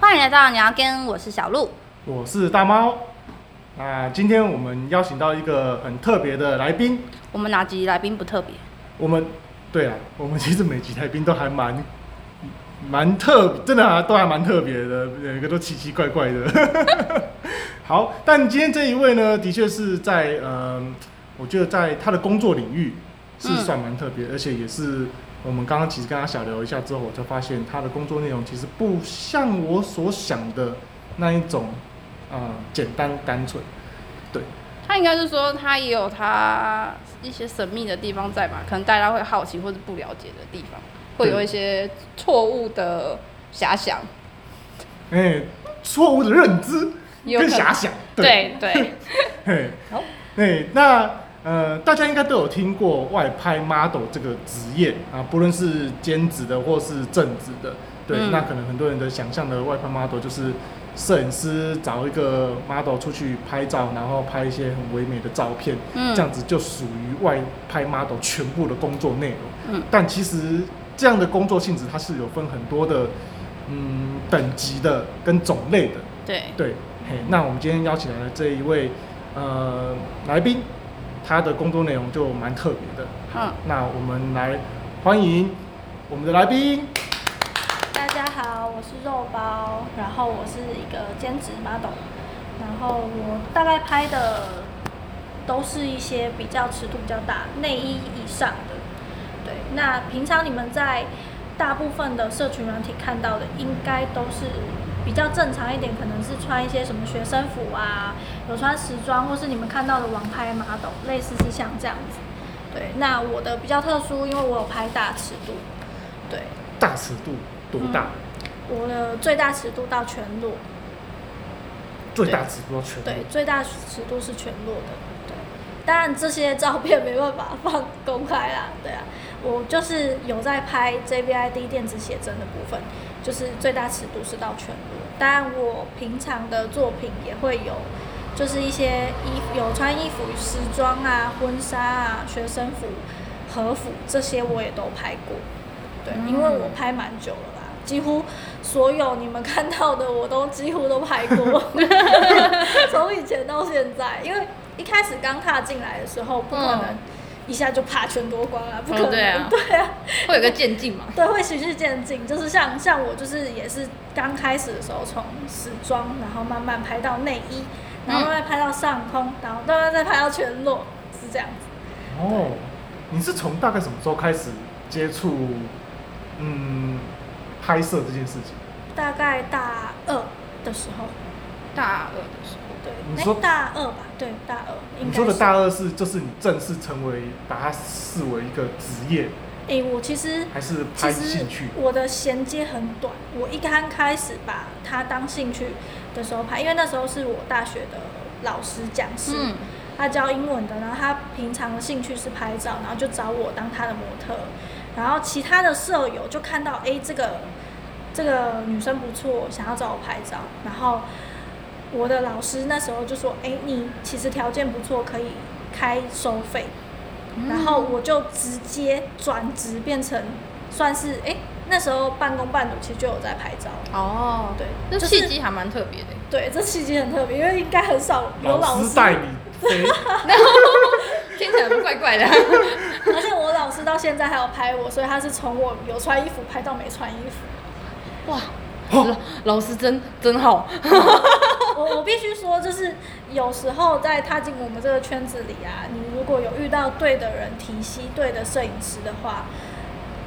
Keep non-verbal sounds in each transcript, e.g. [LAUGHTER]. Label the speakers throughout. Speaker 1: 欢迎来到你要跟我是小鹿。
Speaker 2: 我是大猫。那今天我们邀请到一个很特别的来宾，
Speaker 1: 我们哪集来宾不特别？
Speaker 2: 我们对啊，我们其实每集来宾都还蛮蛮特，真的、啊、都还蛮特别的，每个都奇奇怪怪的。 [LAUGHS] 好，但今天这一位呢，的确是在呃，我觉得在他的工作领域是
Speaker 1: 嗯
Speaker 2: 算蛮特别，而且也是我们刚刚其实跟他小聊一下之后，我才发现他的工作内容其实不像我所想的那一种呃简单单纯。
Speaker 1: 他应该是说他也有他一些神秘的地方在吧，可能大家会好奇或者不了解的地方，会有一些错误的遐想。
Speaker 2: 哎、错误的认知
Speaker 1: 有可
Speaker 2: 跟
Speaker 1: 能
Speaker 2: 遐想，
Speaker 1: 对 [LAUGHS] 对，
Speaker 2: 嘿，
Speaker 1: 好
Speaker 2: 对，那呃，大家应该都有听过外拍 model 这个职业啊，不论是兼职的或是正职的，对，
Speaker 1: 嗯
Speaker 2: 那可能很多人的想象的外拍 model 就是摄影师找一个 model 出去拍照，然后拍一些很唯美的照片，
Speaker 1: 嗯
Speaker 2: 这样子就属于外拍 model 全部的工作内容。
Speaker 1: 嗯
Speaker 2: 但其实这样的工作性质它是有分很多的嗯等级的跟种类的。
Speaker 1: 对，
Speaker 2: 对，嘿，那我们今天邀请来的这一位呃来宾，他的工作内容就蛮特别的。
Speaker 1: 嗯，
Speaker 2: 那我们来欢迎我们的来宾，
Speaker 3: 大家好，我是肉包，然后我是一个兼职 model，然后我大概拍的都是一些比较尺度比较大，内衣以上的。对，那平常你们在大部分的社群软体看到的，应该都是比较正常一点，可能是穿一些什么学生服啊，有穿时装，或是你们看到的网拍 model，类似是像这样子。对，那我的比较特殊，因为我有拍大尺度，对。
Speaker 2: 大尺度多大？
Speaker 3: 我的最大尺度到全裸，
Speaker 2: 最大尺度到全部
Speaker 3: 嗯对，最大尺度是全裸的，对。当然这些照片没办法放公开啦， [LAUGHS] 对啊。我就是有在拍 JVID 电子写真的部分，就是最大尺度是到全裸。当然我平常的作品也会有，就是一些衣服有穿衣服、时装啊、婚纱啊、学生服、和服这些我也都拍过。对，
Speaker 1: 嗯
Speaker 3: 因为我拍蛮久了啦，几乎所有你们看到的我都几乎都
Speaker 1: [LAUGHS]
Speaker 3: 拍过，从以前到现在。因为一开始刚踏进来的时候，不可能
Speaker 1: 嗯
Speaker 3: 一下就爬全多光啊，不
Speaker 1: 哦
Speaker 3: 可能。
Speaker 1: 对啊
Speaker 3: 对啊，
Speaker 1: 会有个渐进嘛。
Speaker 3: 对，会循序渐进，就是像像我就是也是刚开始的时候从时装，然后慢慢拍到内衣，然后慢慢拍到上空，然后慢慢再拍到全裸，是这样子。
Speaker 2: 哦，你是从大概什么时候开始接触嗯拍摄这件事情？
Speaker 3: 大概大二的时候，
Speaker 1: 大二的时候，
Speaker 3: 对，
Speaker 2: 你
Speaker 3: 诶
Speaker 2: 说
Speaker 3: 大二吧，对，大二应
Speaker 2: 你
Speaker 3: 该
Speaker 2: 说的
Speaker 3: 是
Speaker 2: 大二是就是你正式成为把它视为一个职业，
Speaker 3: 诶、哎我其实
Speaker 2: 还是
Speaker 3: 其
Speaker 2: 拍
Speaker 3: 实
Speaker 2: 兴趣？
Speaker 3: 我的衔接很短，我一刚开始把它当兴趣的时候拍，因为那时候是我大学的老师讲师，
Speaker 1: 嗯
Speaker 3: 他教英文的，然后他平常的兴趣是拍照，然后就找我当他的模特，然后其他的舍友就看到，诶，这个这个女生不错，想要找我拍照，然后我的老师那时候就说，诶，你其实条件不错，可以开收费，
Speaker 1: 嗯
Speaker 3: 然后我就直接转职变成算是诶，那时候半工半读，其实就有在拍照，
Speaker 1: 哦，
Speaker 3: 对，
Speaker 1: 这
Speaker 3: 就是
Speaker 1: 契机还蛮特别 [LAUGHS] 的。
Speaker 3: 对，这契机很特别，因为应该很少有老
Speaker 2: 师
Speaker 3: 师
Speaker 2: 带你飞。
Speaker 1: 听起来怪怪的，
Speaker 3: [LAUGHS] 而且我老师到现在还有拍我，所以他是从我有穿衣服拍到没穿衣服。
Speaker 1: 哇，
Speaker 2: 哦
Speaker 1: 老老师真真好，
Speaker 3: 我我必须说，就是有时候在踏进我们这个圈子里啊，你如果有遇到对的人提携、对的摄影师的话，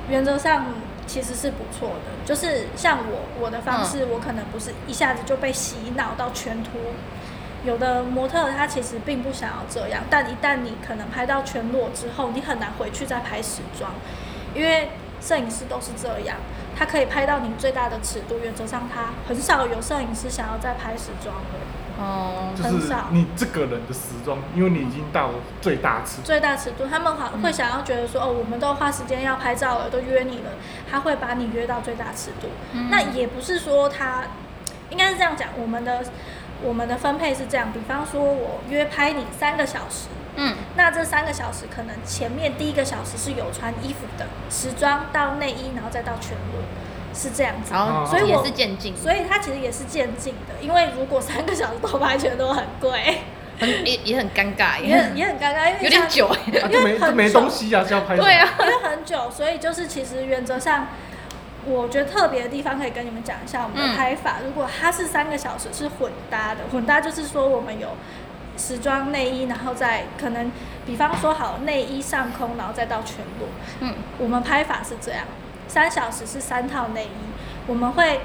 Speaker 3: 原则上其实是不错的。就是像我我的方式，我可能不是一下子就被洗脑到全秃。有的模特他其实并不想要这样，但一旦你可能拍到全裸之后，你很难回去再拍时装，因为摄影师都是这样，他可以拍到你最大的尺度，原则上他很少有摄影师想要再拍时装的，
Speaker 1: 哦，
Speaker 2: 就是你这个人的时装，因为你已经到最大尺，
Speaker 3: 最大尺度他们好会想要觉得说哦，我们都花时间要拍照了，都约你了，他会把你约到最大尺度，那也不是说他，应该是这样讲，我们的我们的分配是这样，比方说我约拍你三个小时，
Speaker 1: 嗯
Speaker 3: 那这三个小时可能前面第一个小时是有穿衣服的，时装到内衣，然后再到全裸，是这样子。
Speaker 4: 然后
Speaker 2: 哦
Speaker 4: 所以
Speaker 3: 所以
Speaker 4: 也
Speaker 3: 我
Speaker 4: 是渐进，
Speaker 3: 所以它其实也是渐进的，因为如果三个小时都拍全都很贵，
Speaker 4: 很也也很尴尬，
Speaker 3: 也
Speaker 4: 也
Speaker 3: 很
Speaker 4: 很
Speaker 3: 也很尴尬，因为
Speaker 4: 有点
Speaker 3: 像
Speaker 4: 久欸，
Speaker 2: 啊，就没就没东西啊，是要拍什么
Speaker 4: [LAUGHS] 对，啊，
Speaker 3: 因为很久，所以就是其实原则上，我觉得特别的地方可以跟你们讲一下我们的拍法。如果它是三个小时是混搭
Speaker 4: 嗯
Speaker 3: 的，混搭就是说我们有时装内衣，然后再可能比方说好内衣上空，然后再到全裸。
Speaker 4: 嗯，
Speaker 3: 我们拍法是这样，三小时是三套内衣，我们会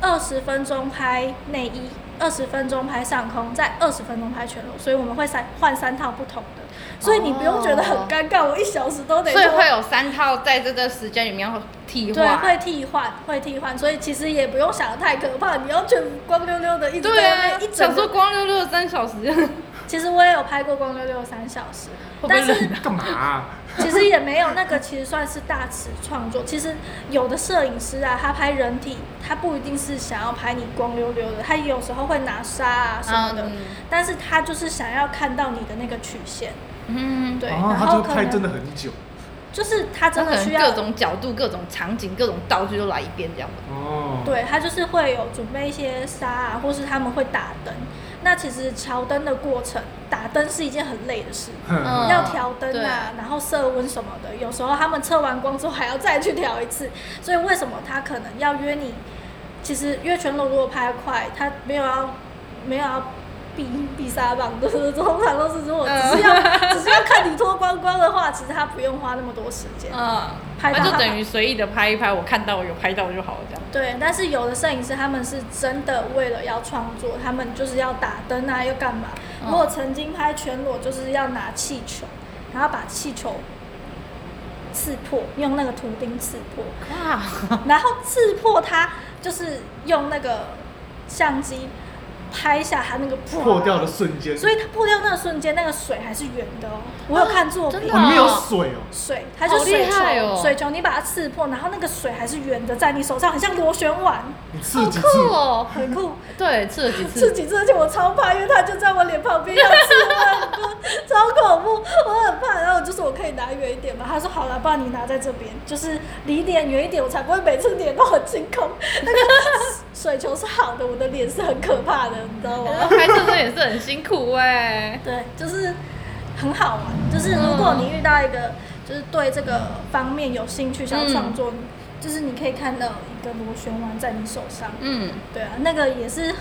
Speaker 3: 二十分钟拍内衣，二十分钟拍上空，再二十分钟拍全裸，所以我们会三换三套不同的，所以你不用觉得很尴尬，我一小时都得
Speaker 4: 哦所以
Speaker 3: 做
Speaker 4: 会有三套在这个时间里面会替
Speaker 3: 对，
Speaker 4: 换，
Speaker 3: 会替换，会替换，所以其实也不用想的太可怕，你要全部光溜溜的一直
Speaker 4: 对
Speaker 3: 在那
Speaker 4: 啊
Speaker 3: 边一，整
Speaker 4: 想说
Speaker 3: 个。
Speaker 4: 光溜溜的三小时，
Speaker 3: 其实我也有拍过光溜溜三小时，
Speaker 4: 不会
Speaker 3: 但是
Speaker 4: 冷
Speaker 2: 干嘛啊？
Speaker 3: 其实也没有那个，其实算是大尺创作。其实有的摄影师啊，他拍人体，他不一定是想要拍你光溜溜的，他有时候会拿沙啊什么的，
Speaker 4: 嗯
Speaker 3: 但是他就是想要看到你的那个曲线，
Speaker 4: 嗯，
Speaker 3: 对，
Speaker 2: 哦
Speaker 3: 然
Speaker 2: 他就
Speaker 3: 后可
Speaker 2: 拍
Speaker 3: 能
Speaker 2: 真的很久
Speaker 3: 就是他
Speaker 4: 他
Speaker 3: 真
Speaker 4: 可
Speaker 3: 的需
Speaker 4: 能
Speaker 3: 要
Speaker 4: 各种角度、各种场景、各种道具都来一遍这样。
Speaker 2: 哦。
Speaker 3: 对，他就是会有准备一些沙啊，或是他们会打灯。那其实调灯的过程，打灯是一件很累的事，
Speaker 4: 嗯
Speaker 3: 要调灯啊，然后色温什么的，有时候他们测完光之后还要再去调一次。所以为什么他可能要约你？其实约全裸如果拍得快，他没有要没有要避避沙棒，就是通常都是如果只是要、 [LAUGHS] 只是要看你脱光光的话，其实他不用花那么多时间。
Speaker 4: 嗯，
Speaker 3: 拍到
Speaker 4: 那
Speaker 3: 他
Speaker 4: 就等于随意的拍一拍，我看到我有拍到就好了这样。
Speaker 3: 对，但是有的摄影师他们是真的为了要创作，他们就是要打灯啊，要干嘛？
Speaker 4: 嗯
Speaker 3: 我有曾经拍全裸，就是要拿气球，然后把气球刺破，用那个图钉刺
Speaker 4: [LAUGHS]
Speaker 3: 破，
Speaker 4: 哇，
Speaker 3: 然后刺破它就是用那个相机拍下它那个
Speaker 2: 破掉的，瞬间，
Speaker 3: 所以它破掉那个瞬间，那个水还是圆的哦。我有看作品
Speaker 4: 真。的啊
Speaker 2: 里面有水哦。
Speaker 3: 水，它就
Speaker 4: 好厉
Speaker 3: 水球，
Speaker 4: 害哦
Speaker 3: 水球你把它刺破，然后那个水还是圆的，在你手上，很像螺旋丸，
Speaker 2: 你刺
Speaker 4: 好
Speaker 2: 几
Speaker 4: 酷
Speaker 2: 次？
Speaker 4: 哦！
Speaker 3: 很酷。
Speaker 4: 对，吃了几
Speaker 3: 刺
Speaker 4: 次，
Speaker 3: 激刺激，我超怕，因为他就在我脸旁边要刺我，超恐怖，我很怕。然后我就说我可以拿远一点嘛，他说好了，不然你拿在这边，就是离脸远一点，我才不会每次脸都很清空。那个水球是好的，我的脸是很可怕的，你知道吗？
Speaker 4: [LAUGHS] 拍摄这也是很辛苦哎。
Speaker 3: 对，就是很好玩。就是如果你遇到一个就是对这个方面有兴趣想要创作，就是你可以看到一个螺旋丸在你手上，
Speaker 4: 嗯，
Speaker 3: 对啊，那个也是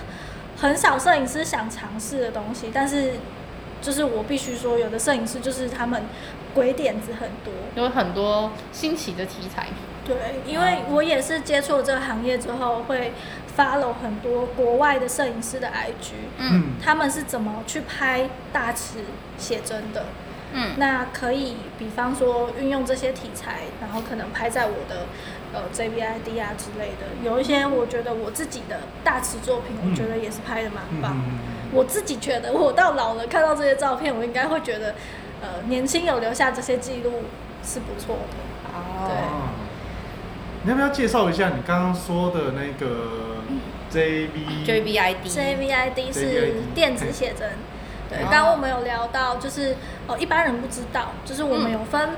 Speaker 3: 很少摄影师想尝试的东西，但是就是我必须说，有的摄影师就是他们鬼点子很多。
Speaker 4: 有很多新奇的题材。
Speaker 3: 对，因为我也是接触了这个行业之后，会 follow 很多国外的摄影师的 IG，
Speaker 4: 嗯
Speaker 2: 嗯，
Speaker 3: 他们是怎么去拍大尺写真的。
Speaker 4: 嗯，
Speaker 3: 那可以，比方说运用这些题材，然后可能拍在我的呃 JVID 啊之类的。有一些我觉得我自己的大尺作品，
Speaker 2: 嗯
Speaker 3: 我觉得也是拍的蛮
Speaker 2: 嗯
Speaker 3: 棒。
Speaker 2: 嗯
Speaker 3: 我自己觉得，我到老了看到这些照片，我应该会觉得，呃，年轻有留下这些记录是不错的。
Speaker 4: 哦，
Speaker 2: 哦你要不要介绍一下你刚刚说的那个
Speaker 3: 嗯
Speaker 2: JV
Speaker 4: JVID，
Speaker 3: JVID 是
Speaker 2: JVID
Speaker 3: 电子写真。对
Speaker 4: 哦，
Speaker 3: 刚刚我们有聊到，就是哦，一般人不知道，就是我们
Speaker 4: 嗯
Speaker 3: 有分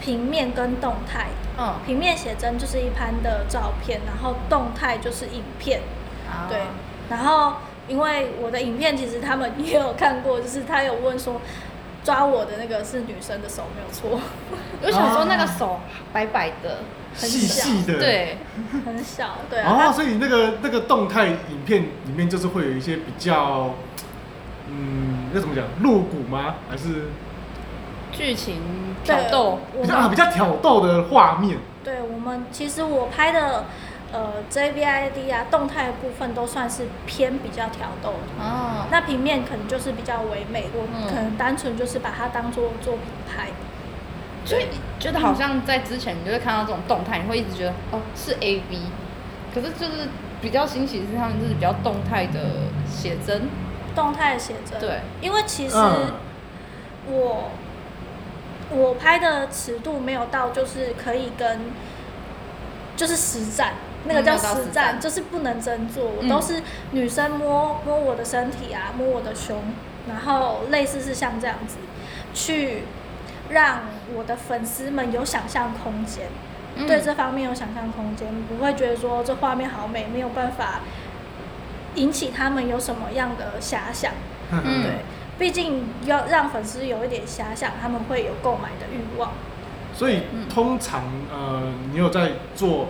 Speaker 3: 平面跟动态。
Speaker 4: 嗯，
Speaker 3: 平面写真就是一盘的照片，然后动态就是影片，
Speaker 4: 啊
Speaker 3: 对。
Speaker 4: 哦
Speaker 3: 然后因为我的影片其实他们也有看过，就是他有问说抓我的那个是女生的手没有错，
Speaker 4: 我想说那个手白白的，
Speaker 3: 很
Speaker 2: 细
Speaker 3: 小
Speaker 2: 细的，。
Speaker 4: 对，
Speaker 3: 很小，对啊。
Speaker 2: 哦，
Speaker 3: 他
Speaker 2: 所以那个那个动态影片里面就是会有一些比较，嗯，要怎么讲，露骨吗？还是
Speaker 4: 剧情
Speaker 3: 对
Speaker 4: 挑逗，
Speaker 3: 我
Speaker 2: 比较啊
Speaker 3: 们
Speaker 2: 比较挑逗的画面？
Speaker 3: 对我们其实我拍的呃 JVID 啊动态的部分都算是偏比较挑逗的，
Speaker 4: 哦，
Speaker 3: 那平面可能就是比较唯美，我
Speaker 4: 嗯
Speaker 3: 可能单纯就是把它当做作品拍。
Speaker 4: 所以觉得好像在之前你就会看到这种动态，你会一直觉得哦是 A V，可是就是比较新奇的是他们就是比较动态的写真，
Speaker 3: 动态写真。
Speaker 4: 对，
Speaker 3: 因为其实
Speaker 2: 嗯
Speaker 3: 我、我拍的尺度没有到，就是可以跟就是实战，那
Speaker 4: 嗯
Speaker 3: 个
Speaker 4: 没
Speaker 3: 叫
Speaker 4: 有到实
Speaker 3: 实
Speaker 4: 战
Speaker 3: 战，就是不能真做，我
Speaker 4: 嗯
Speaker 3: 都是女生摸摸我的身体啊，摸我的胸，然后类似是像这样子去让我的粉丝们有想象空间。
Speaker 4: 嗯
Speaker 3: 对这方面有想象空间，不会觉得说这画面好美，没有办法引起他们有什么样的遐想。
Speaker 2: [LAUGHS]
Speaker 4: 嗯
Speaker 3: 对，毕竟要让粉丝有一点遐想，他们会有购买的欲望。
Speaker 2: 所以通常呃，你有在做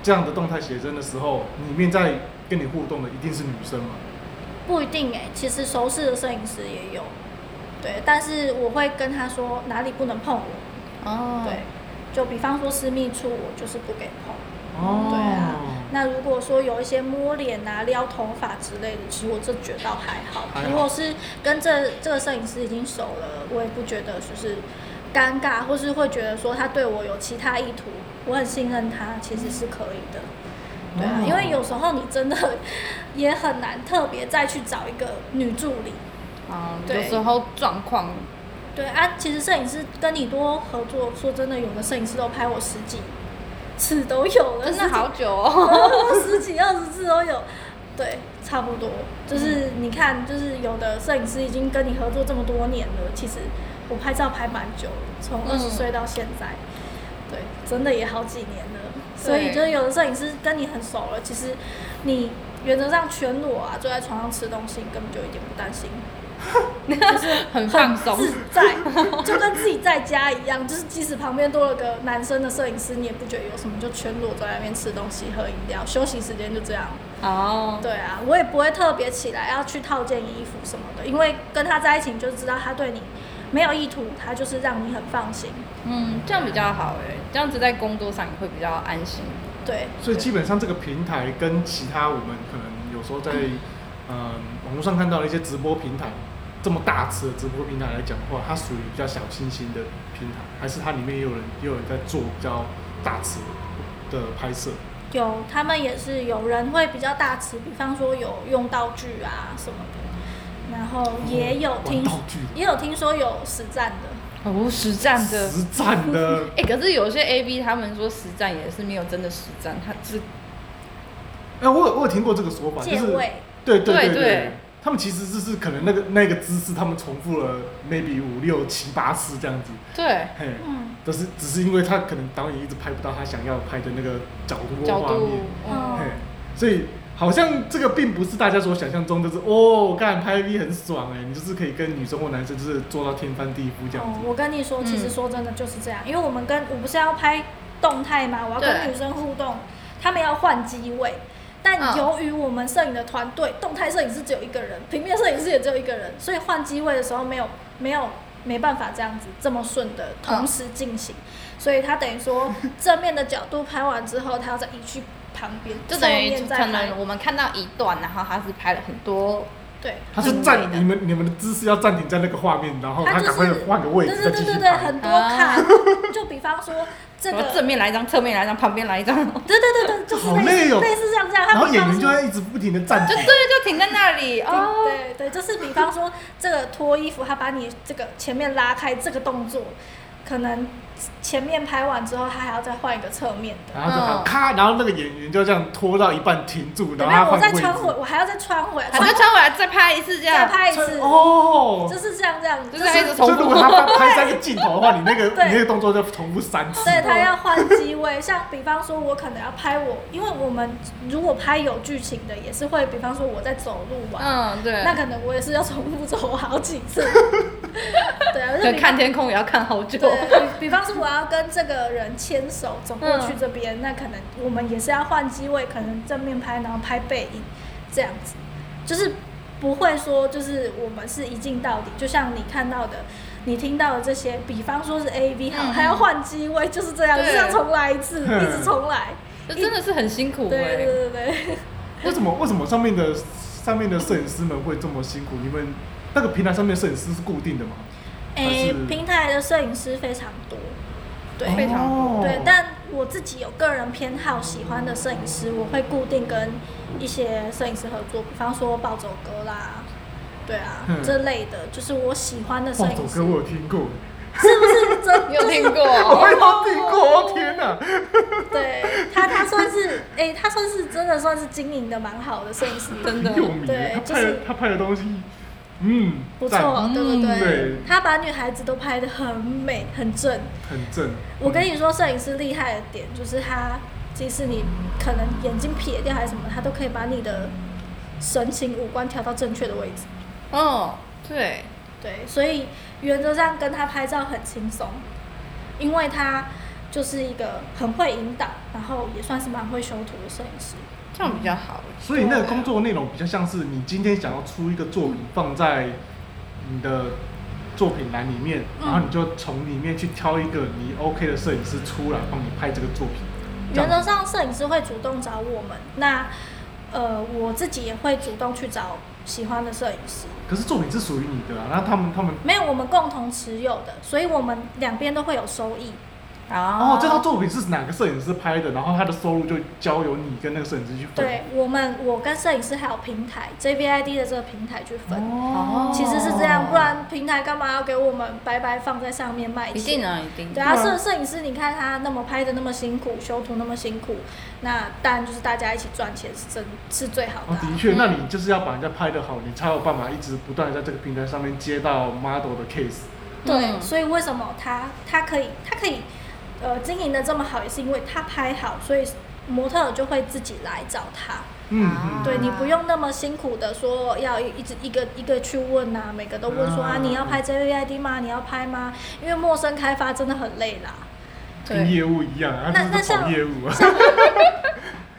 Speaker 2: 这样的动态写真的时候，里面在跟你互动的一定是女生嘛？
Speaker 3: 不一定哎、其实熟识的摄影师也有，对，但是我会跟他说哪里不能碰我，
Speaker 4: 哦，
Speaker 3: 对，就比方说私密处，我就是不给碰。
Speaker 2: 哦
Speaker 3: 对啊那如果说有一些摸脸啊、撩头发之类的，其实我这觉得倒还好。
Speaker 2: 还好
Speaker 3: 如果是跟这这个摄影师已经熟了，我也不觉得就是尴尬，或是会觉得说他对我有其他意图，我很信任他，其实是可以的。对啊
Speaker 2: 哦，
Speaker 3: 因为有时候你真的也很难特别再去找一个女助理。
Speaker 4: 啊，有
Speaker 3: 对
Speaker 4: 时候状况，
Speaker 3: 对啊，其实摄影师跟你多合作，说真的，有的摄影师都拍我十几次都有了，
Speaker 4: 真
Speaker 3: 十
Speaker 4: 的
Speaker 3: 几
Speaker 4: 好久哦。
Speaker 3: 十几二十次都有，对，差不多。就是
Speaker 4: 嗯
Speaker 3: 你看，就是有的摄影师已经跟你合作这么多年了，其实我拍照拍蛮久了，从
Speaker 4: 嗯
Speaker 3: 二十岁到现在，对，真的也好几年了。
Speaker 4: 对
Speaker 3: 所以就是有的摄影师跟你很熟了，其实你原则上全裸啊，坐在床上吃东西，你根本就一点不担心，
Speaker 4: 很放松，
Speaker 3: 自
Speaker 4: [LAUGHS]
Speaker 3: 在，就跟自己在家一样。就是即使旁边多了个男生的摄影师，你也不觉得有什么，就全裸坐在那边吃东西、喝饮料，休息时间就这样。
Speaker 4: 哦，
Speaker 3: 对啊，我也不会特别起来要去套件衣服什么的，因为跟他在一起你就知道他对你没有意图，他就是让你很放心。
Speaker 4: 嗯，这样比较好哎，这样子在工作上也会比较安心。
Speaker 3: 对，
Speaker 2: 所以基本上这个平台跟其他我们可能有时候在嗯网络上看到的一些直播平台这么大尺的直播平台来讲的话，它属于比较小清新的平台，还是它里面也有人也有人在做比较大尺的拍摄？
Speaker 3: 有他们也是有人会比较大尺，比方说有用道具啊什么的，然后也有
Speaker 2: 玩
Speaker 3: 听、
Speaker 2: 道具
Speaker 3: 也有听说有实战的，
Speaker 4: 哦，实战的，
Speaker 2: 实战的 [LAUGHS]
Speaker 4: 哎、可是有些 A B 他们说实战也是没有真的实战，他是
Speaker 2: 哎、我有我有听过这个说法，就
Speaker 3: 借
Speaker 2: 是
Speaker 3: 位
Speaker 2: 对对
Speaker 4: 对
Speaker 2: 对
Speaker 4: 对
Speaker 2: 他们其实就是可能那个那个姿势，他们重复了 maybe 五六七八次这样子，
Speaker 4: 对
Speaker 2: 嘿，
Speaker 3: 嗯
Speaker 2: 但是只是因为他可能导演一直拍不到他想要拍的那个角度
Speaker 4: 角
Speaker 2: 或画
Speaker 4: 度
Speaker 2: 面，，
Speaker 4: 嗯
Speaker 3: 嗯，
Speaker 2: 嘿，所以好像这个并不是大家所想象中的是哦，干拍 V 很爽哎、你就是可以跟女生或男生就是做到天翻地覆这样
Speaker 3: 哦
Speaker 2: 子，，
Speaker 3: 我跟你说，其实
Speaker 4: 嗯
Speaker 3: 说真的就是这样，因为我们跟我不是要拍动态嘛，我要跟
Speaker 4: 对
Speaker 3: 女生互动，他们要换机位。但
Speaker 4: 嗯
Speaker 3: 由于我们摄影的团队，动态摄影师只有一个人，平面摄影师也只有一个人，所以换机位的时候没有没有没办法这样子这么顺的同时进行，
Speaker 4: 嗯
Speaker 3: 所以他等于说正面的角度拍完之后，他要再移去旁边，
Speaker 4: 就
Speaker 3: 侧
Speaker 4: 等于
Speaker 3: 面再
Speaker 4: 可
Speaker 3: 拍
Speaker 4: 能我们看到一段，然后他是拍了很多，
Speaker 3: 对，
Speaker 2: 他是
Speaker 4: 很
Speaker 2: 暂
Speaker 4: 美的
Speaker 2: 你们你们的姿势要暂停在那个画面，然后
Speaker 3: 他
Speaker 2: 他
Speaker 3: 就
Speaker 2: 赶快
Speaker 3: 是
Speaker 2: 换个位置再
Speaker 3: 对
Speaker 2: 继
Speaker 3: 对
Speaker 2: 续
Speaker 3: 对对
Speaker 2: 拍。
Speaker 3: 对，很多
Speaker 4: 啊 [LAUGHS]
Speaker 3: 卡，就比方说这
Speaker 4: 什么
Speaker 3: 个
Speaker 4: 正面来一张，侧面来一张，旁边
Speaker 3: [LAUGHS]
Speaker 4: 来一张，就
Speaker 3: 对对对对，就是
Speaker 2: 好
Speaker 3: 类
Speaker 2: 累
Speaker 3: 似
Speaker 2: 哦
Speaker 3: 类似像这样，
Speaker 2: 然
Speaker 3: 他
Speaker 2: 后
Speaker 3: 比
Speaker 2: 演
Speaker 3: 方
Speaker 2: 员就
Speaker 3: 说，
Speaker 2: 会一直不停的暂停
Speaker 4: 对，就停在那里哦。
Speaker 3: 对对，就是比方说这个脱衣服，他把你这个前面拉开这个动作，可能前面拍完之后，他还要再换一个侧面的。
Speaker 2: 然后就好
Speaker 4: 嗯
Speaker 2: 咔，然后那个演员就这样拖到一半停住，
Speaker 3: 有
Speaker 2: 然后
Speaker 3: 没
Speaker 2: [LAUGHS] 他换
Speaker 3: 有？我再
Speaker 2: 位
Speaker 3: 穿回，
Speaker 2: 置。
Speaker 3: 我还要再穿回来，
Speaker 4: 他就
Speaker 3: 穿
Speaker 4: 穿回来再拍一次这
Speaker 3: 再
Speaker 4: 样，
Speaker 3: 拍一次，
Speaker 2: 哦
Speaker 3: 就，是这样这样，
Speaker 4: 就是
Speaker 3: 是
Speaker 4: 一直重
Speaker 2: 所以
Speaker 4: 复
Speaker 2: 如果他拍拍三个镜头
Speaker 3: [LAUGHS]
Speaker 2: 的话，你那个
Speaker 3: 对
Speaker 2: 你那个动作就重复三次。
Speaker 3: 对他要换机位，像比方说，我可能要拍我，因为我们如果拍有剧情的，也是会，比方说我在走路啊，
Speaker 4: 嗯，对，
Speaker 3: 那可能我也是要重复走好几
Speaker 2: [LAUGHS]
Speaker 3: 次。对啊，就
Speaker 4: 可
Speaker 3: 比
Speaker 4: 看天空也要看好久，
Speaker 3: 对，比比方说我要跟这个人牵手走过去这
Speaker 4: 嗯
Speaker 3: 边，那可能我们也是要换机位，可能正面拍，然后拍背影，这样子，就是不会说就是我们是一镜到底，就像你看到的。你听到的这些，比方说是 A V，好，
Speaker 4: 嗯
Speaker 3: 还要换机位，就是这样，就
Speaker 4: 对
Speaker 3: 是要重来一次，
Speaker 2: 嗯
Speaker 3: 一直重来。
Speaker 4: 就真的是很辛苦
Speaker 3: 对
Speaker 4: 哎、
Speaker 3: 对对对，
Speaker 2: 为什么为什么上面的上面的摄影师们会这么辛苦？你们那个平台上面的摄影师是固定的吗？还
Speaker 3: 诶、
Speaker 2: 是
Speaker 3: 平台的摄影师非常多，对，
Speaker 4: 非常
Speaker 2: 哦
Speaker 3: 对，但我自己有个人偏好喜欢的摄影师，我会固定跟一些摄影师合作，比方说暴走哥啦，对啊、
Speaker 2: 嗯
Speaker 3: 这类的，就是我喜欢的摄
Speaker 2: 暴走
Speaker 3: 影师，
Speaker 2: 哥我有听过，
Speaker 3: 是不是真？
Speaker 4: 你有听过？
Speaker 2: [LAUGHS]
Speaker 3: 哦
Speaker 2: 我有听过，天哪！
Speaker 3: 对他，他算是哎、他算是真的算是经营的蛮好的摄影师，
Speaker 4: 真的
Speaker 2: 很有名，
Speaker 3: 对
Speaker 2: 他
Speaker 3: 就
Speaker 2: 拍的
Speaker 3: 是
Speaker 2: 他拍的东西嗯，
Speaker 3: 不
Speaker 2: 赞
Speaker 3: 错，对不
Speaker 2: 嗯对
Speaker 3: 他把女孩子都拍得很美很正。
Speaker 2: 很正。
Speaker 3: 我跟你说，摄影师厉害的点就是他，即使你可能眼睛撇掉还是什么，他都可以把你的神情五官调到正确的位置。
Speaker 4: 哦，对，
Speaker 3: 对，所以原则上跟他拍照很轻松，因为他就是一个很会引导，然后也算是蛮会修图的摄影师。
Speaker 4: 这样比较好。
Speaker 2: 所以那个工作内容比较像是你今天想要出一个作品放在你的作品栏里面，
Speaker 3: 嗯
Speaker 2: 然后你就从里面去挑一个你 OK 的摄影师出来帮你拍这个作品。这
Speaker 3: 原
Speaker 2: 样
Speaker 3: 则
Speaker 2: 子
Speaker 3: 上，摄影师会主动找我们，那呃，我自己也会主动去找喜欢的摄影师。
Speaker 2: 可是作品是属于你的啊，那他们他们
Speaker 3: 没有我们共同持有的，所以我们两边都会有收益。
Speaker 4: 哦
Speaker 2: 哦，这套作品是哪个摄影师拍的，然后他的收入就交由你跟那个摄影师去分。
Speaker 3: 对我们，我跟摄影师还有平台 JVID 的这个平台去分，
Speaker 2: 哦，
Speaker 3: 其实是这样，不然平台干嘛要给我们白白放在上面卖
Speaker 4: 一
Speaker 3: 钱？
Speaker 4: 定啊，一定。
Speaker 3: 对啊，
Speaker 2: 对啊
Speaker 3: 摄摄影师，你看他那么拍的那么辛苦，修图那么辛苦，那当然就是大家一起赚钱是真是最好的
Speaker 2: 哦，
Speaker 3: 啊、
Speaker 2: 的确，那你就是要把人家拍得好，你才有办法一直不断地在这个平台上面接到 model 的 case。
Speaker 3: 对，
Speaker 4: 嗯
Speaker 3: 所以为什么他他可以他可以呃经营的这么好，也是因为他拍好，所以模特儿就会自己来找他。
Speaker 2: 嗯，
Speaker 4: 啊
Speaker 2: 嗯
Speaker 3: 对你不用那么辛苦的说要一直一个一个去问啊，每个都问说啊
Speaker 2: 啊
Speaker 3: 你要拍 JVID 吗？你要拍吗？因为陌生开发真的很累啦。
Speaker 2: 跟业务一样啊，
Speaker 3: 那
Speaker 2: 就是
Speaker 3: 那
Speaker 2: 跑
Speaker 3: 像
Speaker 2: 业务啊。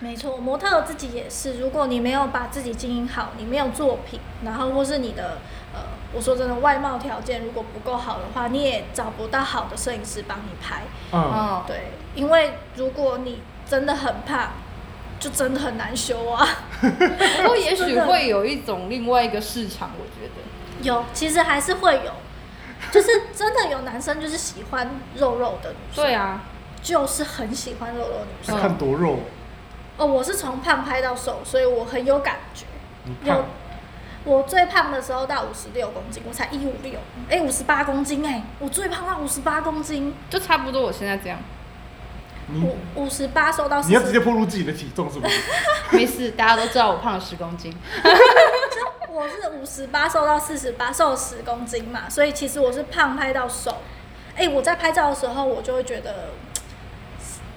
Speaker 3: 没错，模特儿自己也是，如果你没有把自己经营好，你没有作品，然后或是你的呃，我说真的，外貌条件如果不够好的话，你也找不到好的摄影师帮你拍。
Speaker 2: 嗯，
Speaker 4: 哦，
Speaker 3: 对，因为如果你真的很胖，就真的很难修
Speaker 4: [LAUGHS]
Speaker 3: 啊。
Speaker 4: 不过也许会有一种另外一个市 [LAUGHS] 场，我觉得。
Speaker 3: 有，其实还是会有，就是真的有男生就是喜欢肉肉的女生，
Speaker 4: 对啊，
Speaker 3: 就是很喜欢肉肉的女生。
Speaker 2: 那看多肉，
Speaker 3: 哦，我是从胖拍到瘦，所以我很有感觉。
Speaker 2: 你
Speaker 3: 有
Speaker 2: 胖，
Speaker 3: 我最胖的时候到五十六公斤，我才一五六，哎，五十八公斤哎、我最胖到五十八公斤，
Speaker 4: 就差不多我现在这样， [LAUGHS]
Speaker 2: 你
Speaker 3: 五五十八瘦到
Speaker 2: 嗯你要直接
Speaker 3: 40
Speaker 2: 暴露自己的体重是不是？
Speaker 4: 没事，大家都知道我胖了十公斤。
Speaker 3: 我是五十八瘦到四十八，瘦了十公斤嘛，所以其实我是胖拍到瘦。哎、我在拍照的时候，我就会觉得，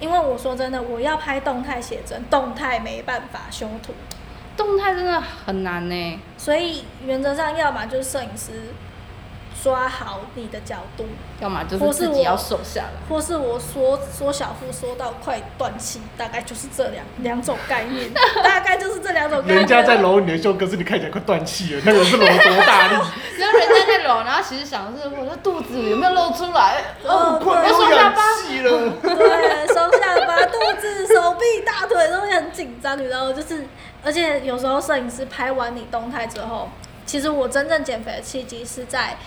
Speaker 3: 因为我说真的，我要拍动态写真，动态没办法修图，
Speaker 4: 动态真的很难呢，
Speaker 3: 所以原则上要么就是摄影师抓好你的角度，
Speaker 4: 要么就
Speaker 3: 或
Speaker 4: 是
Speaker 3: 是
Speaker 4: 自
Speaker 3: 我
Speaker 4: 己要瘦下来。
Speaker 3: 或是我缩缩小腹缩到快断气，大概就是这两两种概念， [LAUGHS] 大概就是这两种概念。
Speaker 2: 人家在揉你的袖，可是你看起来快断气了，那个人是揉多大力？
Speaker 4: 然后人家在揉，然后其实想的是我的肚子有没有露出来？
Speaker 3: 哦，对
Speaker 2: 快
Speaker 4: 我
Speaker 2: 有
Speaker 4: 说下
Speaker 2: 氧
Speaker 4: 巴
Speaker 2: 气了。
Speaker 3: 对，手下巴、肚子、手臂、大腿都会很紧张，你知道吗？就是，而且有时候摄影师拍完你动态之后，其实我真正减肥的契机是在，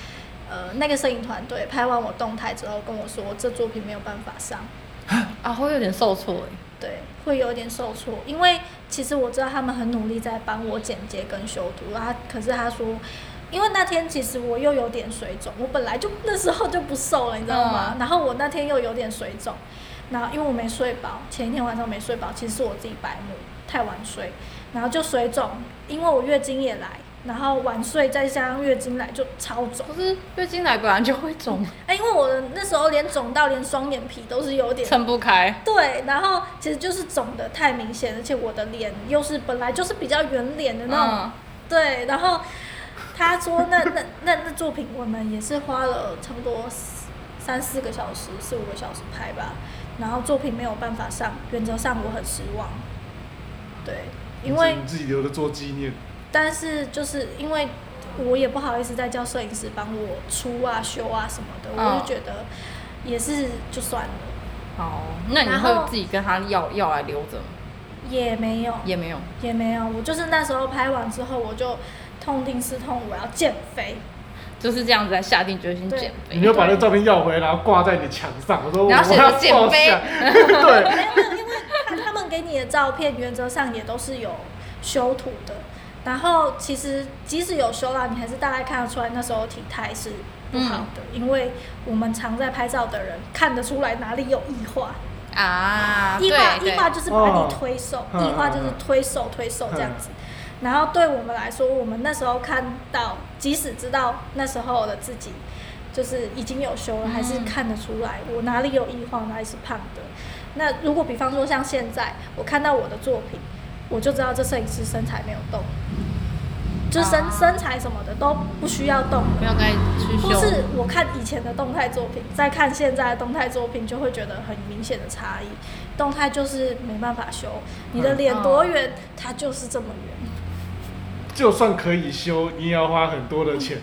Speaker 3: 呃，那个摄影团队拍完我动态之后跟我说，这作品没有办法上，
Speaker 4: [LAUGHS] 啊，会有点受挫哎。
Speaker 3: 对，会有点受挫，因为其实我知道他们很努力在帮我剪接跟修图啊，可是他说。因为那天其实我又有点水肿，我本来就那时候就不瘦了，你知道吗？然后我那天又有点水肿，然后因为我没睡饱，前一天晚上没睡饱，其实是我自己白目，太晚睡，然后就水肿，因为我月经也来，然后晚睡再加上月经来就超肿，
Speaker 4: 可是月经来本来就会肿，
Speaker 3: 哎，因为我的那时候连肿到连双眼皮都是有点
Speaker 4: 撑不开。
Speaker 3: 对，然后其实就是肿的太明显，而且我的脸又是本来就是比较圆脸的那种，
Speaker 4: 嗯，
Speaker 3: 对，然后他说那 [LAUGHS] 那那那作品我们也是花了差不多四三四个小时、四五个小时拍吧，然后作品没有办法上，原则上我很失望，对，因为
Speaker 2: 你自己留着做纪念。
Speaker 3: 但是就是因为我也不好意思再叫摄影师帮我出啊、修啊什么的，我
Speaker 4: 嗯
Speaker 3: 就觉得也是就算了，
Speaker 4: 好，那你
Speaker 3: 然后
Speaker 4: 会自己跟他要要来留着吗？
Speaker 3: 也没有，
Speaker 4: 也没有。
Speaker 3: 也没有，我就是那时候拍完之后，我就痛定思痛，我要减肥。 [LAUGHS]
Speaker 4: 就是这样子来下定决心
Speaker 3: 对
Speaker 4: 减肥。
Speaker 2: 你要把那照片要回来，然后挂在你的墙上。我说我
Speaker 4: 然后写着
Speaker 2: 要
Speaker 4: 减
Speaker 2: 瘦
Speaker 4: 肥
Speaker 2: 下。 [LAUGHS] 对，
Speaker 3: 没有，因为他他们给你的照片原则上也都是有修图的，然后其实即使有修啦，你还是大概看得出来那时候体态是不好的，因为我们常在拍照的人看得出来哪里有异化，
Speaker 4: 啊，
Speaker 3: 异化
Speaker 4: 对
Speaker 3: 异
Speaker 4: 对，
Speaker 3: 化就是把
Speaker 2: 哦
Speaker 3: 你推瘦，
Speaker 2: 嗯
Speaker 3: 异化就是
Speaker 2: 嗯嗯
Speaker 3: 推瘦推瘦这样子。然后对我们来说，我们那时候看到，即使知道那时候的自己就是已经有修了，还是
Speaker 4: 嗯
Speaker 3: 看得出来我哪里有异化，哪里是胖的。那如果比方说像现在，我看到我的作品，我就知道这摄影师身材没有动，就身、
Speaker 4: 啊
Speaker 3: 身材什么的都不需要动
Speaker 4: 不要该去
Speaker 3: 或
Speaker 4: 修。
Speaker 3: 是我看以前的动态作品，再看现在的动态作品，就会觉得很明显的差异。动态就是没办法修，你的脸多圆，它就是这么圆。
Speaker 2: 就算可以修，你也要花很多的钱。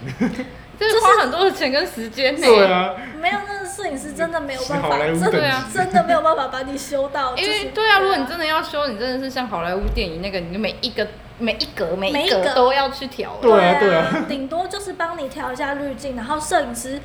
Speaker 4: 就是花很多的钱跟时间呢。
Speaker 2: 对啊，
Speaker 3: 没有那个摄影师真的没有办
Speaker 2: 好
Speaker 3: 法，
Speaker 2: 莱坞
Speaker 3: 真
Speaker 2: 等
Speaker 4: 对
Speaker 3: 的
Speaker 4: 啊
Speaker 2: 级，
Speaker 3: 真的没有办法把你修到。
Speaker 4: 因
Speaker 3: 就是
Speaker 4: 为对啊，如果你真的要修，你真的是像好莱坞电影那个，你就每一个每一格每
Speaker 3: 每一
Speaker 4: 一
Speaker 3: 格
Speaker 4: 格都要去调。
Speaker 2: 对啊
Speaker 3: 对
Speaker 2: 对啊
Speaker 3: 啊，顶多就是帮你调一下滤镜，然后摄影师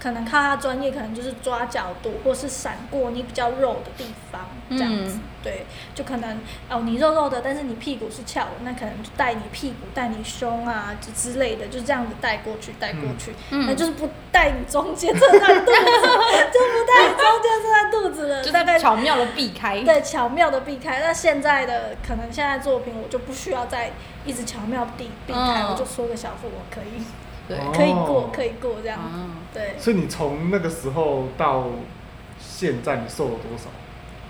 Speaker 3: 可能靠他专业，可能就是抓角度或是闪过你比较肉的地方，这样子。
Speaker 4: 嗯
Speaker 3: 对，就可能哦，你肉肉的，但是你屁股是翘的，那可能就带你屁股、带你胸啊之之类的，就这样子带过去，带过去，
Speaker 4: 嗯
Speaker 3: 那就是不带你中间这段肚子，就 [LAUGHS] 不带你中间这段肚子了，
Speaker 4: 就
Speaker 3: 大概
Speaker 4: 是巧妙的避开。
Speaker 3: 对，巧妙的避开。那现在的可能现在作品，我就不需要再一直巧妙地避开，
Speaker 4: 嗯
Speaker 3: 我就说个小腹，我可以，
Speaker 4: 对
Speaker 2: 哦
Speaker 3: 可以过，可以过这样。
Speaker 4: 啊，
Speaker 3: 对，
Speaker 2: 所以你从那个时候到现在，你瘦了多少？